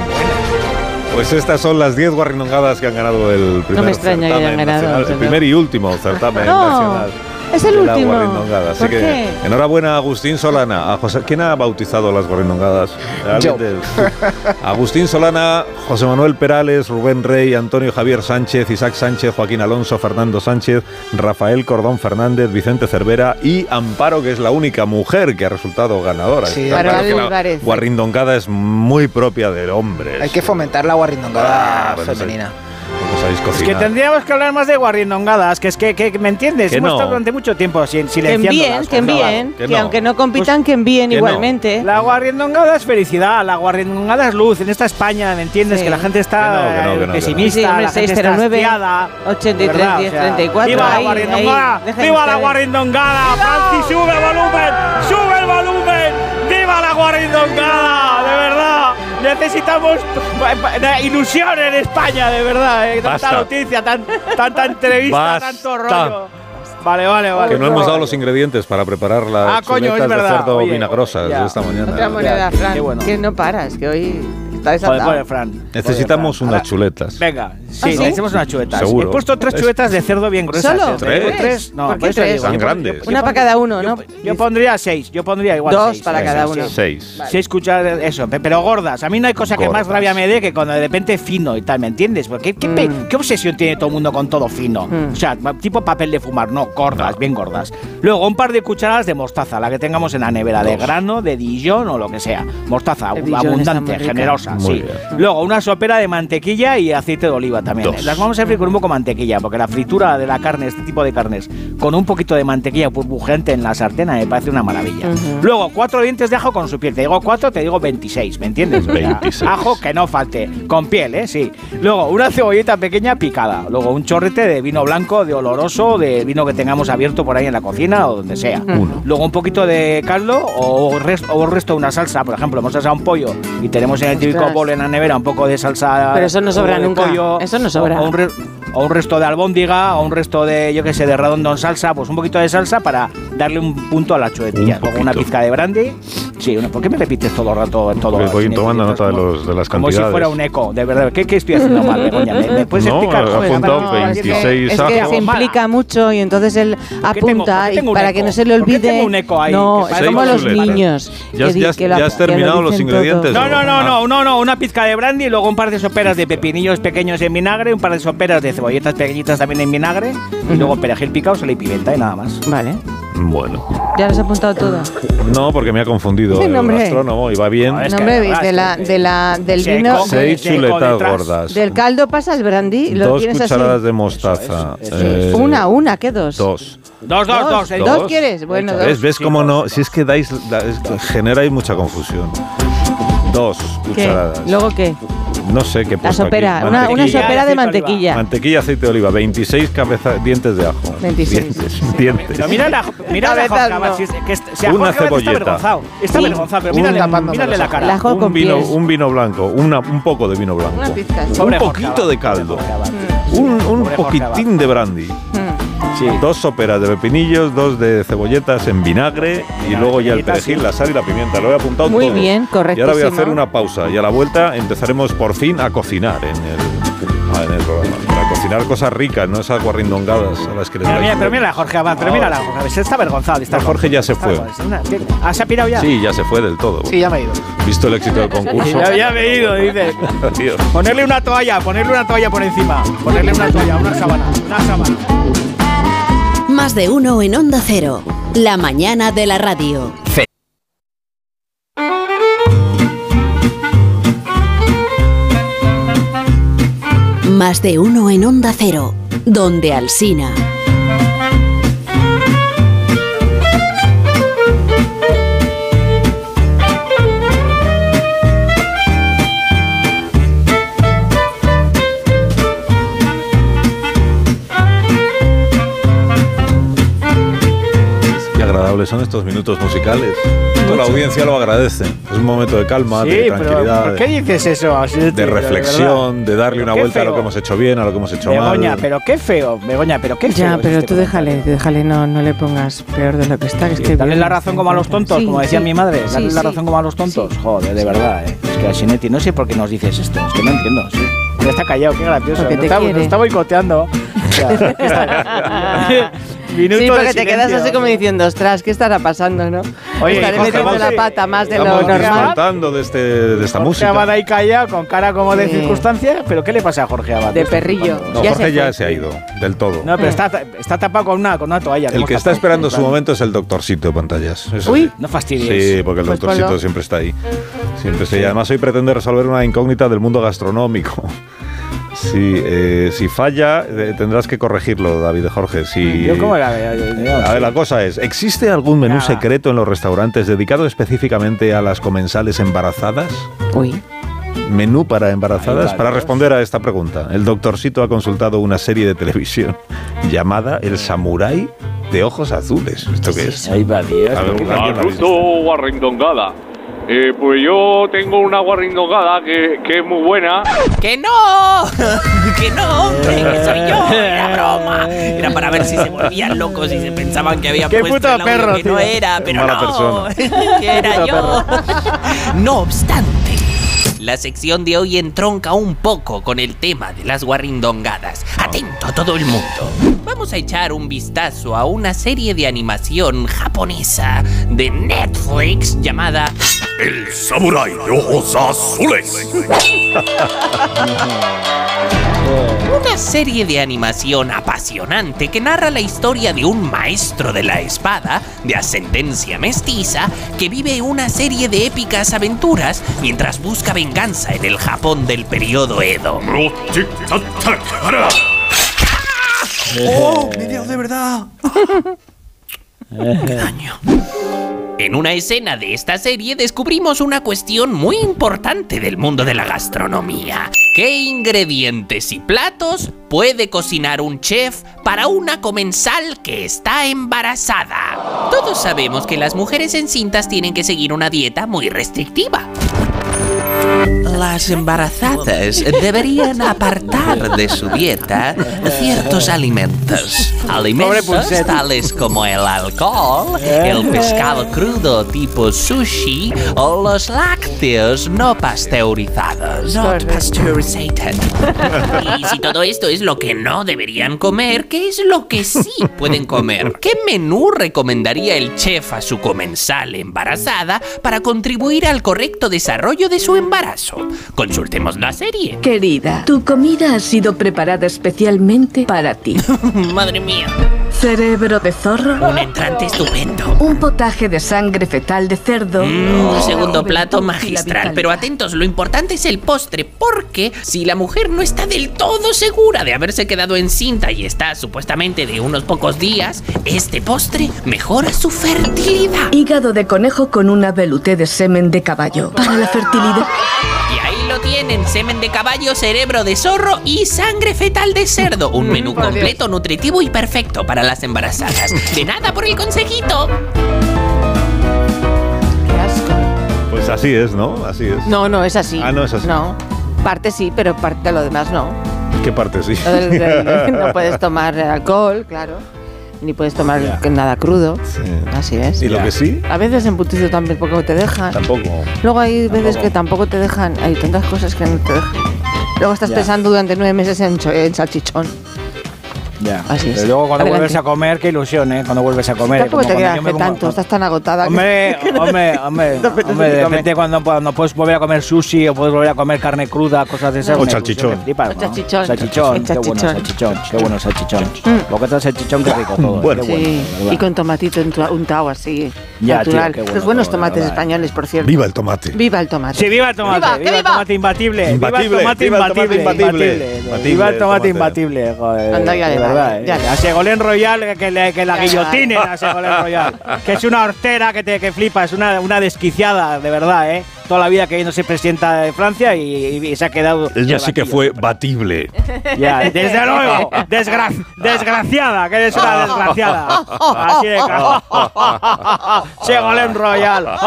[SPEAKER 3] buenas.
[SPEAKER 1] Pues estas son las 10 guarrinongadas que han ganado el primer
[SPEAKER 2] me extraña que
[SPEAKER 1] certamen
[SPEAKER 2] hayan ganado,
[SPEAKER 1] nacional, el
[SPEAKER 2] señor.
[SPEAKER 1] primer y último certamen
[SPEAKER 2] No,
[SPEAKER 1] nacional.
[SPEAKER 2] es el
[SPEAKER 1] de la
[SPEAKER 2] último.
[SPEAKER 1] guarrindongada. Así
[SPEAKER 2] ¿Por
[SPEAKER 1] que
[SPEAKER 2] qué?
[SPEAKER 1] enhorabuena a Agustín Solana. A José- ¿Quién ha bautizado las guarrinongadas?
[SPEAKER 10] Yo.
[SPEAKER 1] ¿Alguien del- Agustín Solana, José Manuel Perales, Rubén Rey, Antonio Javier Sánchez, Isaac Sánchez, Joaquín Alonso, Fernando Sánchez, Rafael Cordón Fernández, Vicente Cervera y Amparo, que es la única mujer que ha resultado ganadora.
[SPEAKER 10] Sí,
[SPEAKER 1] Está claro
[SPEAKER 10] Amparo
[SPEAKER 1] que la
[SPEAKER 10] Álvarez.
[SPEAKER 1] Guarrindongada es muy propia del hombre.
[SPEAKER 10] Hay que fomentar la guarrindongada
[SPEAKER 1] Ah, bueno,
[SPEAKER 10] femenina.
[SPEAKER 1] No sabéis
[SPEAKER 3] Es que
[SPEAKER 1] cocinar.
[SPEAKER 3] tendríamos que hablar más de guarrindongadas, que es que, que- ¿me entiendes?
[SPEAKER 1] Que
[SPEAKER 3] Hemos
[SPEAKER 1] no.
[SPEAKER 3] estado durante mucho tiempo sin,
[SPEAKER 2] Que
[SPEAKER 3] silenciándolas.
[SPEAKER 2] envíen, que
[SPEAKER 3] por favor.
[SPEAKER 2] envíen, que, aunque no compitan, que envíen
[SPEAKER 3] que no.
[SPEAKER 2] igualmente.
[SPEAKER 3] La guarrindongada es felicidad, la guarrindongada es luz. En esta España, ¿me entiendes?
[SPEAKER 2] Sí.
[SPEAKER 3] Que la gente está
[SPEAKER 2] Que no, que no,
[SPEAKER 3] eh,
[SPEAKER 2] que no, que
[SPEAKER 3] pesimista,
[SPEAKER 2] no. Sí, hombre,
[SPEAKER 3] la gente está
[SPEAKER 2] 609,
[SPEAKER 3] hastiada,
[SPEAKER 2] 83,
[SPEAKER 3] ¿verdad?
[SPEAKER 2] 10, 34,
[SPEAKER 3] ¡Viva la
[SPEAKER 2] ahí,
[SPEAKER 3] guarrindongada!
[SPEAKER 2] ahí, dejen
[SPEAKER 3] ¡Viva la
[SPEAKER 2] ustedes.
[SPEAKER 3] guarrindongada! ¡Francis, sube el volumen! ¡Sube el volumen! ¡Viva la guarrindongada! ¡De verdad! Necesitamos pa- pa- pa- ilusión en España, de verdad. eh. Tanta
[SPEAKER 1] Basta.
[SPEAKER 3] noticia, tan- tanta entrevista,
[SPEAKER 1] Basta.
[SPEAKER 3] tanto rollo. Vale, vale, vale.
[SPEAKER 1] Que no hemos dado los ingredientes para preparar las
[SPEAKER 3] Ah, coño,
[SPEAKER 1] chuletas
[SPEAKER 3] es
[SPEAKER 1] de
[SPEAKER 3] verdad.
[SPEAKER 1] cerdo
[SPEAKER 3] Oye,
[SPEAKER 1] milagrosas
[SPEAKER 3] ya.
[SPEAKER 1] de esta mañana.
[SPEAKER 2] Otra moneda, Fran.
[SPEAKER 3] qué bueno.
[SPEAKER 2] Que no paras, que hoy está desatado.
[SPEAKER 3] Joder, pobre Fran.
[SPEAKER 1] Necesitamos unas chuletas.
[SPEAKER 3] Venga, sí,
[SPEAKER 2] ¿Ah, ¿sí?
[SPEAKER 3] necesitamos unas chuletas.
[SPEAKER 1] Seguro.
[SPEAKER 3] He puesto tres
[SPEAKER 1] ¿Tres?
[SPEAKER 3] chuletas de cerdo bien gruesas.
[SPEAKER 2] ¿Solo?
[SPEAKER 3] ¿eh? Tengo
[SPEAKER 1] ¿Tres?
[SPEAKER 3] No,
[SPEAKER 2] ¿Por qué
[SPEAKER 3] por eso
[SPEAKER 2] tres?
[SPEAKER 3] digo,
[SPEAKER 1] Tan
[SPEAKER 3] yo-
[SPEAKER 1] grandes.
[SPEAKER 2] Una para cada uno, ¿no?
[SPEAKER 3] Yo pondría seis, yo pondría igual
[SPEAKER 2] Dos
[SPEAKER 3] seis.
[SPEAKER 2] para
[SPEAKER 3] Sí,
[SPEAKER 2] cada
[SPEAKER 3] sí,
[SPEAKER 2] uno.
[SPEAKER 3] sí.
[SPEAKER 1] Seis.
[SPEAKER 3] Seis cucharadas, eso, pe- pero gordas. A mí no hay cosa que más
[SPEAKER 1] Gordas.
[SPEAKER 3] rabia me dé que cuando de repente fino y tal, ¿me entiendes? Porque ¿qué, pe-
[SPEAKER 2] Mm.
[SPEAKER 3] qué obsesión tiene todo el mundo con todo fino? O sea, ma- tipo papel de fumar, no, gordas, bien gordas. Luego, un par de cucharadas de mostaza, la que tengamos en la nevera, de
[SPEAKER 1] Dos.
[SPEAKER 3] grano, de Dijon o lo que sea. Mostaza
[SPEAKER 2] De
[SPEAKER 3] abu-
[SPEAKER 2] Dijon está muy
[SPEAKER 3] abundante,
[SPEAKER 2] rica.
[SPEAKER 3] generosa,
[SPEAKER 1] Muy
[SPEAKER 3] sí.
[SPEAKER 1] bien.
[SPEAKER 3] Luego, una sopera de mantequilla y aceite de oliva también. ¿eh?
[SPEAKER 1] Dos.
[SPEAKER 3] Las vamos a freír con un poco de mantequilla, porque la fritura de la carne, este tipo de carnes, con un poquito de mantequilla burbujeante en la sartén, a mí me parece una maravilla. Luego, cuatro dientes de ajo con su piel. Te digo cuatro, te digo 26, ¿me entiendes? O sea,
[SPEAKER 1] 26.
[SPEAKER 3] ajo que no falte, con piel, ¿eh? Sí. Luego, una cebollita pequeña picada. Luego, un chorrete de vino blanco, de oloroso, de vino que tengamos abierto por ahí en la cocina o donde sea.
[SPEAKER 1] Uno.
[SPEAKER 3] Luego, un poquito de caldo o, res- o resto de una salsa. Por ejemplo, hemos asado un pollo y tenemos en el típico
[SPEAKER 2] Ostras.
[SPEAKER 3] bol en la nevera un poco de salsa.
[SPEAKER 2] Pero eso no
[SPEAKER 3] jugo
[SPEAKER 2] sobra
[SPEAKER 3] de
[SPEAKER 2] nunca.
[SPEAKER 3] pollo,
[SPEAKER 2] Eso no sobra.
[SPEAKER 3] o- o un re- o un resto de albóndiga, o un resto de, yo qué sé, de redondo en salsa, pues un poquito de salsa para darle un punto a la chuletilla.
[SPEAKER 1] Un
[SPEAKER 3] Luego una
[SPEAKER 1] poquito.
[SPEAKER 3] pizca de brandy. Sí, una- ¿por qué me repites todo el rato todo?
[SPEAKER 1] Porque voy
[SPEAKER 3] sin
[SPEAKER 1] tomando
[SPEAKER 3] entender?
[SPEAKER 1] nota de,
[SPEAKER 3] Como-
[SPEAKER 1] los, de las
[SPEAKER 3] Como
[SPEAKER 1] cantidades.
[SPEAKER 3] si fuera un eco, de verdad. ¿Qué, qué estoy haciendo mal, Begoña? ¿Me, me puedes
[SPEAKER 1] No,
[SPEAKER 3] explicar?
[SPEAKER 1] ha apuntado
[SPEAKER 3] Joder, es que-
[SPEAKER 1] 26
[SPEAKER 2] Es que se implica mucho y entonces él
[SPEAKER 3] tengo- por
[SPEAKER 2] apunta
[SPEAKER 3] qué
[SPEAKER 2] y
[SPEAKER 3] tengo un
[SPEAKER 2] para
[SPEAKER 3] eco?
[SPEAKER 2] que no se le
[SPEAKER 3] ¿Por qué
[SPEAKER 2] olvide.
[SPEAKER 3] tengo un eco ahí?
[SPEAKER 2] No,
[SPEAKER 3] Que
[SPEAKER 2] es
[SPEAKER 1] parece
[SPEAKER 2] como
[SPEAKER 1] un
[SPEAKER 2] los
[SPEAKER 1] chuletas.
[SPEAKER 2] niños.
[SPEAKER 1] Ya has-
[SPEAKER 2] que di-
[SPEAKER 1] ya has-
[SPEAKER 2] que lo
[SPEAKER 1] ya
[SPEAKER 2] ap-
[SPEAKER 1] has
[SPEAKER 2] que lo
[SPEAKER 1] terminado los
[SPEAKER 2] dicen
[SPEAKER 1] ingredientes.
[SPEAKER 2] todo.
[SPEAKER 3] No, no, no, no, no, no, una pizca de brandy, luego un par de soperas de pepinillos pequeños en vinagre, un par de soperas de cebolletas pequeñitas también en vinagre, y luego perejil picado, sal y pimienta y nada más.
[SPEAKER 2] Vale,
[SPEAKER 1] Bueno,
[SPEAKER 2] ya los has apuntado todo.
[SPEAKER 1] no, porque me ha confundido
[SPEAKER 2] Sí,
[SPEAKER 1] el
[SPEAKER 2] no, hombre.
[SPEAKER 1] astrónomo y va bien.
[SPEAKER 3] No, Es
[SPEAKER 2] No
[SPEAKER 3] que
[SPEAKER 2] me
[SPEAKER 3] además,
[SPEAKER 2] veis de la,
[SPEAKER 3] que-
[SPEAKER 2] de la, del
[SPEAKER 3] Seco,
[SPEAKER 2] vino.
[SPEAKER 1] Seis
[SPEAKER 3] seco
[SPEAKER 1] chuletas
[SPEAKER 3] detrás.
[SPEAKER 1] gordas.
[SPEAKER 2] Del caldo pasas brandy, lo
[SPEAKER 1] Dos
[SPEAKER 2] tienes así.
[SPEAKER 1] cucharadas de mostaza. eh,
[SPEAKER 2] Una, una, ¿qué dos?
[SPEAKER 1] Dos.
[SPEAKER 3] Dos, dos, dos. el
[SPEAKER 2] ¿Dos quieres? Bueno, dos.
[SPEAKER 1] ¿Ves, ¿Ves cómo no? Si es que dais, da- es que generáis mucha confusión. Dos
[SPEAKER 2] ¿Qué?
[SPEAKER 1] cucharadas.
[SPEAKER 2] ¿Luego qué?
[SPEAKER 1] No sé qué he
[SPEAKER 2] La
[SPEAKER 1] puesto aquí.
[SPEAKER 2] sopera, una, una
[SPEAKER 1] Mantequilla.
[SPEAKER 2] sopera de
[SPEAKER 3] aceite de oliva.
[SPEAKER 2] mantequilla.
[SPEAKER 1] Mantequilla, aceite de oliva, 26 cabeza, dientes de ajo.
[SPEAKER 2] 26.
[SPEAKER 1] Dientes. dientes.
[SPEAKER 3] Pero mira la, mira la
[SPEAKER 2] Cabezas
[SPEAKER 3] Jorge Abad,
[SPEAKER 2] no.
[SPEAKER 3] si es- que est- si a
[SPEAKER 1] Una
[SPEAKER 3] Jorge Abad
[SPEAKER 1] cebolleta.
[SPEAKER 3] Está avergonzado, está
[SPEAKER 2] Sí.
[SPEAKER 3] avergonzado, pero
[SPEAKER 1] Un
[SPEAKER 3] mírale,
[SPEAKER 1] tapándolo
[SPEAKER 3] mírale
[SPEAKER 1] los
[SPEAKER 3] la
[SPEAKER 1] ojos.
[SPEAKER 3] cara.
[SPEAKER 2] La ajo
[SPEAKER 1] un
[SPEAKER 2] con
[SPEAKER 1] vino,
[SPEAKER 2] pies.
[SPEAKER 1] un vino blanco, una- un poco de vino blanco.
[SPEAKER 2] Una pizca.
[SPEAKER 1] Un
[SPEAKER 3] Pobre Jorge
[SPEAKER 1] poquito
[SPEAKER 3] Abad,
[SPEAKER 1] de caldo.
[SPEAKER 3] Jorge Abad.
[SPEAKER 1] Un, un
[SPEAKER 3] Pobre Jorge
[SPEAKER 1] poquitín de brandy.
[SPEAKER 2] Mm.
[SPEAKER 1] Dos soperas de pepinillos, dos de cebolletas en vinagre y luego ya el
[SPEAKER 2] cebolleta,
[SPEAKER 1] perejil,
[SPEAKER 2] sí.
[SPEAKER 1] la sal y la pimienta. Lo he apuntado
[SPEAKER 2] Muy
[SPEAKER 1] todo.
[SPEAKER 2] bien,
[SPEAKER 1] Y ahora voy a
[SPEAKER 2] correctísimo.
[SPEAKER 1] hacer una pausa y a la vuelta empezaremos por fin a cocinar en el, ah, en el programa. Para cocinar cosas ricas, no esas guarrindongadas a las que les
[SPEAKER 3] Mira,
[SPEAKER 1] dais
[SPEAKER 3] mira,
[SPEAKER 1] vuelta.
[SPEAKER 3] pero mira, Jorge Abad, pero mira, la Jorge, se está avergonzado. de estar
[SPEAKER 1] No, Jorge
[SPEAKER 3] con-
[SPEAKER 1] ya se
[SPEAKER 3] está
[SPEAKER 1] fue.
[SPEAKER 3] con- una- Ah, se ha pirado ya.
[SPEAKER 1] Sí, ya se fue del todo.
[SPEAKER 3] Sí, ya me he ido.
[SPEAKER 1] Visto el éxito del concurso.
[SPEAKER 3] Ya, ya me he ido, dice.
[SPEAKER 1] Adiós.
[SPEAKER 3] Ponerle una toalla, ponerle una toalla por encima. Ponerle una toalla, una sábana, una sábana.
[SPEAKER 9] Más de uno en Onda Cero. La mañana de la radio. Más de uno en Onda Cero. Donde Alsina.
[SPEAKER 1] Qué agradables son estos minutos musicales. Toda la audiencia lo agradece. Es un momento de calma, de
[SPEAKER 3] Sí, pero
[SPEAKER 1] tranquilidad,
[SPEAKER 3] ¿por qué
[SPEAKER 1] de,
[SPEAKER 3] dices eso? Así
[SPEAKER 1] de
[SPEAKER 3] verdad.
[SPEAKER 1] reflexión, de darle
[SPEAKER 3] Pero
[SPEAKER 1] una
[SPEAKER 3] qué
[SPEAKER 1] vuelta a lo
[SPEAKER 3] feo.
[SPEAKER 1] que hemos hecho bien, a lo que hemos hecho
[SPEAKER 3] Begoña,
[SPEAKER 1] mal.
[SPEAKER 3] pero qué feo, Begoña, pero qué feo.
[SPEAKER 2] Ya,
[SPEAKER 3] es
[SPEAKER 2] pero
[SPEAKER 3] este
[SPEAKER 2] tú déjale, déjale, no, no le pongas peor de lo que está. Que
[SPEAKER 3] Sí,
[SPEAKER 2] esté
[SPEAKER 3] Dale
[SPEAKER 2] bien,
[SPEAKER 3] la razón
[SPEAKER 2] se
[SPEAKER 3] como a los
[SPEAKER 2] encuentra.
[SPEAKER 3] tontos,
[SPEAKER 2] Sí,
[SPEAKER 3] como decía
[SPEAKER 2] sí.
[SPEAKER 3] mi madre.
[SPEAKER 2] Sí,
[SPEAKER 3] Dale la
[SPEAKER 2] sí.
[SPEAKER 3] razón como a los tontos. Joder, de verdad, ¿eh? Es que Asinetti, no sé por qué nos dices esto. Es que no entiendo. sí. Ya está callado, qué gracioso.
[SPEAKER 2] Porque
[SPEAKER 3] Nos
[SPEAKER 2] te
[SPEAKER 3] está,
[SPEAKER 2] quiere.
[SPEAKER 3] nos está boicoteando. O sea, minuto
[SPEAKER 2] sí, porque
[SPEAKER 3] de
[SPEAKER 2] te quedas
[SPEAKER 3] silencio.
[SPEAKER 2] así como diciendo, ostras, ¿qué estará pasando, no?
[SPEAKER 3] Oye,
[SPEAKER 2] Estaré
[SPEAKER 3] Jorge
[SPEAKER 2] metiendo
[SPEAKER 3] Abad,
[SPEAKER 2] la
[SPEAKER 3] sí.
[SPEAKER 2] pata más de lo
[SPEAKER 1] Estamos
[SPEAKER 2] normal.
[SPEAKER 1] disfrutando de, este, de esta
[SPEAKER 3] Jorge
[SPEAKER 1] música.
[SPEAKER 3] Abad ahí callado, con cara como de
[SPEAKER 2] Sí.
[SPEAKER 3] circunstancia. ¿Pero qué le pasa a Jorge Abad?
[SPEAKER 2] De perrillo. Eh.
[SPEAKER 1] No, Jorge ya se ha ido, del todo.
[SPEAKER 3] No, pero está, está tapado con una, con una toalla. le
[SPEAKER 1] El
[SPEAKER 3] hemos
[SPEAKER 1] que está
[SPEAKER 3] tapado.
[SPEAKER 1] esperando su momento es el doctorcito de pantallas. Eso
[SPEAKER 3] Uy.
[SPEAKER 1] sí.
[SPEAKER 3] No fastidies.
[SPEAKER 1] Sí, porque el
[SPEAKER 3] Pues
[SPEAKER 1] doctorcito
[SPEAKER 3] ponlo.
[SPEAKER 1] siempre está ahí. Siempre está ahí. Además, hoy pretende resolver una incógnita del mundo gastronómico. Sí, eh, si falla, eh, tendrás que corregirlo, David Jorge. Si,
[SPEAKER 3] Yo cómo la veo, yo- yo-
[SPEAKER 1] a ver, la cosa es, ¿existe algún menú secreto en los restaurantes dedicado específicamente a las comensales embarazadas?
[SPEAKER 2] Uy.
[SPEAKER 1] Menú para
[SPEAKER 3] Hay
[SPEAKER 1] embarazadas.
[SPEAKER 3] varios.
[SPEAKER 1] Para responder a esta pregunta, el doctorcito ha consultado una serie de televisión llamada El Samurái de Ojos Azules. ¿Esto qué es?
[SPEAKER 3] Ahí va, Dios.
[SPEAKER 1] A ver, alguien la ha visto.
[SPEAKER 16] Arnulfo Ah, Guarrindongada. Eh, pues yo tengo una guarrindongada que, que es muy buena.
[SPEAKER 11] ¡Que no! ¡Que no, hombre! ¡Que soy yo! Era broma. Era para ver si se volvían locos y se pensaban que había
[SPEAKER 3] ¡Qué
[SPEAKER 11] puesto
[SPEAKER 3] puto
[SPEAKER 11] el audio
[SPEAKER 3] perro,
[SPEAKER 11] que no
[SPEAKER 3] tío!
[SPEAKER 11] era,
[SPEAKER 3] Qué
[SPEAKER 11] pero
[SPEAKER 3] mala
[SPEAKER 11] no. Que era yo. No obstante, la sección de hoy entronca un poco con el tema de las guarrindongadas. Atento todo el mundo. Vamos a echar un vistazo a una serie de animación japonesa de Netflix llamada
[SPEAKER 17] El samurái de ojos azules.
[SPEAKER 11] Una serie de animación apasionante que narra la historia de un maestro de la espada de ascendencia mestiza que vive una serie de épicas aventuras mientras busca venganza en el Japón del periodo Edo.
[SPEAKER 17] ¡Oh,
[SPEAKER 11] mi Dios, de verdad! ¡Qué daño! En una escena de esta serie descubrimos una cuestión muy importante del mundo de la gastronomía. ¿Qué ingredientes y platos puede cocinar un chef para una comensal que está embarazada? Todos sabemos que las mujeres encintas tienen que seguir una dieta muy restrictiva. Las embarazadas deberían apartar de su dieta ciertos alimentos. Alimentos
[SPEAKER 3] Pulset.
[SPEAKER 11] tales como el alcohol,
[SPEAKER 3] Eh.
[SPEAKER 11] el pescado crudo tipo sushi o los lácteos no pasteurizados. Not pasteurizated. Y si todo esto es lo que no deberían comer, ¿qué es lo que sí pueden comer? ¿Qué menú recomendaría el chef a su comensal embarazada para contribuir al correcto desarrollo de su embarazo? Consultemos la serie.
[SPEAKER 18] Querida, tu comida ha sido preparada especialmente para ti.
[SPEAKER 11] Madre mía.
[SPEAKER 18] Cerebro de zorro.
[SPEAKER 11] Un entrante estupendo.
[SPEAKER 18] Un potaje de sangre fetal de cerdo.
[SPEAKER 11] Un segundo plato magistral, pero atentos, lo importante es el postre, porque si la mujer no está del todo segura de haberse quedado encinta y está supuestamente de unos pocos días, este postre mejora su fertilidad.
[SPEAKER 18] Hígado de conejo con una veluté de semen de caballo. Para la fertilidad.
[SPEAKER 11] Y ahí lo tienen, semen de caballo, cerebro de zorro y sangre fetal de cerdo. Un menú
[SPEAKER 18] Mm, por Dios.
[SPEAKER 11] completo, nutritivo y perfecto para las embarazadas. De nada por el consejito.
[SPEAKER 1] Pues así es, ¿no? Así es.
[SPEAKER 2] No, no, es así.
[SPEAKER 1] Ah, no, es así.
[SPEAKER 2] No. Parte sí, pero parte de lo demás no.
[SPEAKER 1] ¿Qué parte sí?
[SPEAKER 2] Lo del- del- no puedes tomar alcohol, claro. ni puedes tomar nada crudo. Así es.
[SPEAKER 1] Y lo que sí,
[SPEAKER 2] A veces en putizo tampoco te dejan.
[SPEAKER 1] tampoco.
[SPEAKER 2] Luego hay veces
[SPEAKER 1] Tampoco.
[SPEAKER 2] que tampoco te dejan, hay tantas cosas que no te dejan. Luego estás
[SPEAKER 3] Ya.
[SPEAKER 2] pensando durante nueve meses en, cho- en salchichón.
[SPEAKER 3] Ya.
[SPEAKER 2] Así es.
[SPEAKER 3] Pero luego cuando
[SPEAKER 2] Adelante.
[SPEAKER 3] vuelves a comer, qué ilusión, ¿eh? Cuando vuelves a comer.
[SPEAKER 2] tampoco
[SPEAKER 3] como
[SPEAKER 2] te
[SPEAKER 3] cuando
[SPEAKER 2] quedas
[SPEAKER 3] yo me
[SPEAKER 2] que
[SPEAKER 3] como-
[SPEAKER 2] tanto, estás tan agotada. que-
[SPEAKER 3] Hombre,
[SPEAKER 2] que no-
[SPEAKER 3] hombre, hombre, hombre,
[SPEAKER 2] ni
[SPEAKER 3] de
[SPEAKER 2] comer.
[SPEAKER 3] repente cuando, cuando puedes volver a comer sushi o puedes volver a comer carne cruda, cosas de esas.
[SPEAKER 1] O
[SPEAKER 3] una
[SPEAKER 1] salchichón.
[SPEAKER 3] ilusión que flipas,
[SPEAKER 2] O
[SPEAKER 3] ¿no?
[SPEAKER 2] salchichón.
[SPEAKER 3] Salchichón, qué bueno
[SPEAKER 2] Salchichón.
[SPEAKER 3] salchichón, qué bueno salchichón.
[SPEAKER 2] Mm.
[SPEAKER 3] Boquete de salchichón, qué rico todo.
[SPEAKER 1] Bueno.
[SPEAKER 3] qué
[SPEAKER 2] Sí,
[SPEAKER 3] bueno, de verdad.
[SPEAKER 2] y con tomatito entua- untado así,
[SPEAKER 3] Ya,
[SPEAKER 2] natural.
[SPEAKER 3] tío, qué bueno
[SPEAKER 2] Los buenos
[SPEAKER 3] todo, de
[SPEAKER 2] tomates
[SPEAKER 3] verdad.
[SPEAKER 2] españoles, por cierto.
[SPEAKER 1] Viva el tomate.
[SPEAKER 2] Viva el tomate.
[SPEAKER 3] Sí, viva el tomate, viva,
[SPEAKER 2] ¡Viva, que
[SPEAKER 3] el tomate
[SPEAKER 1] Imbatible,
[SPEAKER 3] imbatible,
[SPEAKER 1] viva
[SPEAKER 3] viva el
[SPEAKER 1] el
[SPEAKER 3] tomate
[SPEAKER 1] tomate
[SPEAKER 3] imbatible,
[SPEAKER 1] imbatible.
[SPEAKER 3] viva el
[SPEAKER 1] Imbatible,
[SPEAKER 3] tomate
[SPEAKER 1] tomate.
[SPEAKER 3] imbatible, joder,
[SPEAKER 2] Anda, ya
[SPEAKER 3] de
[SPEAKER 2] le vale,
[SPEAKER 3] verdad, eh.
[SPEAKER 2] ya le
[SPEAKER 3] a Segolén Royal que, le- que la
[SPEAKER 2] Ya le
[SPEAKER 3] guillotine
[SPEAKER 2] vale.
[SPEAKER 3] a Segolén Royal, que es una hortera que te que flipa, es una, una desquiciada, de verdad, eh, toda la vida que no se presidenta de Francia y, y- y se ha quedado,
[SPEAKER 1] Ella sí que fue batible.
[SPEAKER 3] ya, desde luego, desgra- desgraciada, que eres una desgraciada, así de claro. Segolén Royal.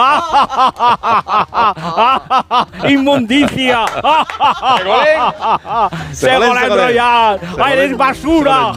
[SPEAKER 3] ¡Inmundicia! ¡Segolén! ¡Segolén
[SPEAKER 1] Segolén.
[SPEAKER 3] Royal!
[SPEAKER 1] Segolén.
[SPEAKER 3] ¡Ay, ¡Eres basura!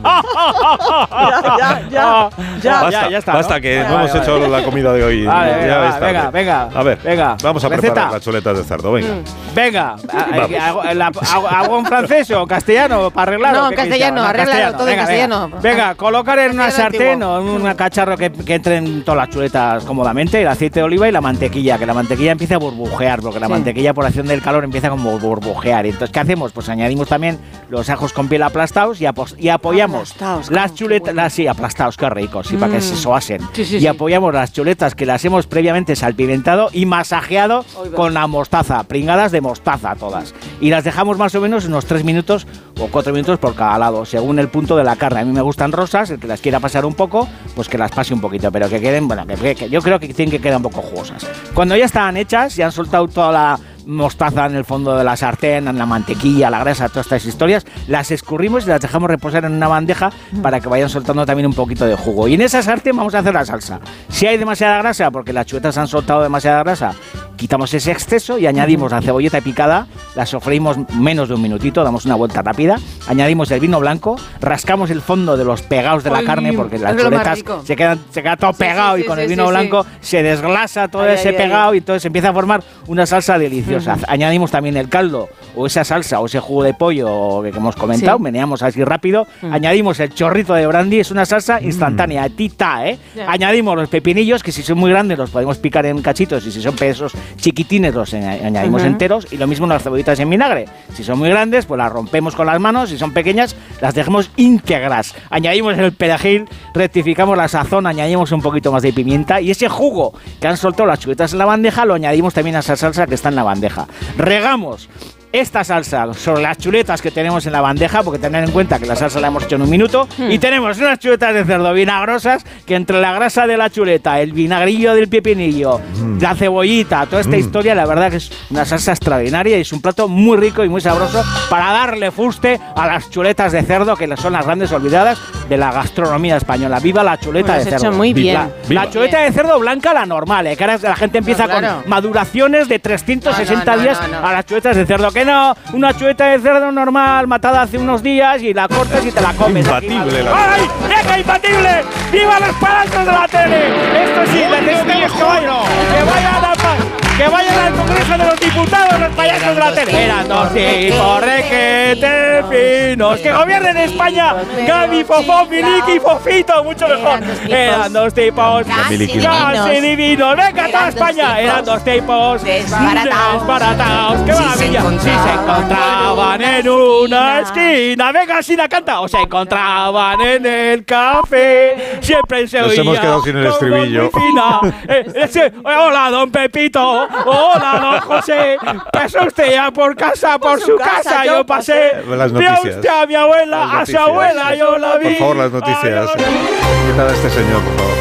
[SPEAKER 2] ya, ya, ya.
[SPEAKER 3] Ya,
[SPEAKER 1] basta,
[SPEAKER 3] ya está,
[SPEAKER 1] basta
[SPEAKER 3] ¿no?
[SPEAKER 1] que
[SPEAKER 3] Vale,
[SPEAKER 1] no hemos
[SPEAKER 3] vale,
[SPEAKER 1] hecho la comida de hoy.
[SPEAKER 3] Vale,
[SPEAKER 1] Ya
[SPEAKER 3] venga,
[SPEAKER 1] es
[SPEAKER 3] va,
[SPEAKER 1] tarde.
[SPEAKER 3] venga, venga,
[SPEAKER 1] A ver,
[SPEAKER 3] venga.
[SPEAKER 1] vamos a
[SPEAKER 3] Receta. Mm.
[SPEAKER 1] preparar las chuletas de cerdo. Venga.
[SPEAKER 3] Venga, a- a- ¿hago la- hago- hago en francés o en castellano para arreglarlo?
[SPEAKER 2] No, en
[SPEAKER 3] ¿Qué quieres que
[SPEAKER 2] castellano,
[SPEAKER 3] haga? No,
[SPEAKER 2] arréglalo todo en
[SPEAKER 3] Venga,
[SPEAKER 2] castellano.
[SPEAKER 3] Venga, colocar en una
[SPEAKER 2] Castellano
[SPEAKER 3] sartén
[SPEAKER 2] antiguo.
[SPEAKER 3] o en un cacharro que, que entren todas las chuletas cómodamente, el aceite de oliva y la mantequilla, que la mantequilla empiece a burbujear, porque la
[SPEAKER 2] Sí.
[SPEAKER 3] mantequilla por acción del calor empieza como a burbujear. Entonces, ¿qué hacemos? Pues añadimos también los ajos con piel aplastados y, apos- y apoyamos
[SPEAKER 2] Aplastados,
[SPEAKER 3] las
[SPEAKER 2] ¿cómo? Qué
[SPEAKER 3] chuletas,
[SPEAKER 2] bueno.
[SPEAKER 3] las, sí, aplastados, qué rico, sí, para que se
[SPEAKER 2] Mm.
[SPEAKER 3] soasen.
[SPEAKER 2] Sí, sí,
[SPEAKER 3] y
[SPEAKER 2] sí.
[SPEAKER 3] apoyamos las chuletas que las hemos previamente salpimentado y masajeado
[SPEAKER 2] Ahí va.
[SPEAKER 3] con la mostaza, pringadas de mostaza todas. Y las dejamos más o menos unos 3 minutos o 4 minutos por cada lado, según el punto de la carne. A mí me gustan rosas, el que las quiera pasar un poco, pues que las pase un poquito, pero que queden, bueno, que, que- yo creo que tienen que quedar un poco jugosas. Cuando ya están hechas, ya han soltado toda la mostaza en el fondo de la sartén, en la mantequilla, la grasa, todas estas historias, las escurrimos y las dejamos reposar en una bandeja para que vayan soltando también un poquito de jugo. Y en esa sartén vamos a hacer la salsa. Si hay demasiada grasa, porque las chuletas han soltado demasiada grasa, quitamos ese exceso y añadimos la cebolleta picada, la sofreímos menos de un minutito, damos una vuelta rápida, añadimos el vino blanco, rascamos el fondo de los pegados de la
[SPEAKER 2] Ay,
[SPEAKER 3] carne, porque
[SPEAKER 2] es
[SPEAKER 3] las
[SPEAKER 2] lo más
[SPEAKER 3] chuletas
[SPEAKER 2] rico.
[SPEAKER 3] se quedan, se queda todo
[SPEAKER 2] Sí, sí,
[SPEAKER 3] pegado y
[SPEAKER 2] sí,
[SPEAKER 3] con
[SPEAKER 2] sí,
[SPEAKER 3] el
[SPEAKER 2] sí,
[SPEAKER 3] vino
[SPEAKER 2] sí.
[SPEAKER 3] blanco se desglasa todo
[SPEAKER 2] Ay,
[SPEAKER 3] ese
[SPEAKER 2] ay, ay.
[SPEAKER 3] pegado y entonces empieza a formar una salsa deliciosa.
[SPEAKER 2] Ujú.
[SPEAKER 3] Añadimos también el caldo o esa salsa o ese jugo de pollo que hemos comentado,
[SPEAKER 2] Sí.
[SPEAKER 3] meneamos así rápido,
[SPEAKER 2] Mm.
[SPEAKER 3] añadimos el chorrito de brandy, es una salsa instantánea, tita, ¿eh?
[SPEAKER 2] Ya.
[SPEAKER 3] Añadimos los pepinillos que si son muy grandes los podemos picar en cachitos y si son pesos chiquitines los añ- añadimos
[SPEAKER 2] Ujú.
[SPEAKER 3] enteros y lo mismo las cebollitas en vinagre. Si son muy grandes pues las rompemos con las manos, si son pequeñas las dejamos íntegras. Añadimos el perejil, rectificamos la sazón, añadimos un poquito más de pimienta y ese jugo que han soltado las chuletas en la bandeja lo añadimos también a esa salsa que está en la bandeja. Regamos esta salsa sobre las chuletas que tenemos en la bandeja, porque tener en cuenta que la salsa la hemos hecho en un minuto,
[SPEAKER 2] Hmm.
[SPEAKER 3] y tenemos unas chuletas de cerdo vinagrosas que entre la grasa de la chuleta, el vinagrillo del pepinillo, la cebollita, toda esta historia, la verdad que es una salsa extraordinaria y es un plato muy rico y muy sabroso para darle fuste a las chuletas de cerdo, que son las grandes olvidadas de la gastronomía española. ¡Viva la chuleta
[SPEAKER 2] Pues
[SPEAKER 3] de
[SPEAKER 2] lo has
[SPEAKER 3] cerdo!
[SPEAKER 2] hecho muy
[SPEAKER 3] Viva.
[SPEAKER 2] bien.
[SPEAKER 3] La,
[SPEAKER 1] Viva.
[SPEAKER 3] chuleta de cerdo blanca, la normal, eh, que ahora la gente empieza
[SPEAKER 2] claro.
[SPEAKER 3] con maduraciones de 360
[SPEAKER 2] No, no, no,
[SPEAKER 3] días
[SPEAKER 2] no, no.
[SPEAKER 3] a las chuletas de cerdo. Que no, una chuleta de cerdo normal, matada hace unos días y la cortas y te la comes. aquí,
[SPEAKER 1] Imbatible
[SPEAKER 3] madre.
[SPEAKER 1] la-
[SPEAKER 3] ¡Ay! ¡Venga, imbatible! ¡Viva los palantos de la tele! Esto sí, necesitamos que vayan, que vayan al pa- Que vayan al Congreso de los Diputados los payasos de la tele. Eran dos tipos requete finos. Que gobiernen España Gaby, Fofón, Miliki y Fofito. Mucho mejor. Eran dos tipos
[SPEAKER 1] Gaby, Miliki,
[SPEAKER 3] casi
[SPEAKER 19] divinos.
[SPEAKER 3] divinos. Venga, toda
[SPEAKER 19] Eran dos
[SPEAKER 3] España.
[SPEAKER 19] tipos
[SPEAKER 3] Eran dos tipos
[SPEAKER 19] desbarataos.
[SPEAKER 3] desbarataos. ¡Qué
[SPEAKER 19] Si se
[SPEAKER 3] maravilla! Si se encontraban en una esquina. Venga, Sina, canta. O se encontraban en el café. Siempre se
[SPEAKER 1] Nos
[SPEAKER 3] oía
[SPEAKER 1] hemos quedado sin el
[SPEAKER 3] con voz
[SPEAKER 1] estribillo.
[SPEAKER 3] muy fina. Eh, eh, sí. hola, don Pepito. Hola, don José. Pasó usted ya por casa, por, su casa, yo pasé.
[SPEAKER 1] Las
[SPEAKER 3] Vi a
[SPEAKER 1] noticias.
[SPEAKER 3] usted a mi abuela,
[SPEAKER 1] Las
[SPEAKER 3] a su
[SPEAKER 1] noticias.
[SPEAKER 3] abuela, yo la vi.
[SPEAKER 1] Por favor, las
[SPEAKER 3] Ay,
[SPEAKER 1] noticias.
[SPEAKER 3] yo la vi.
[SPEAKER 1] Quitada a este señor, por favor.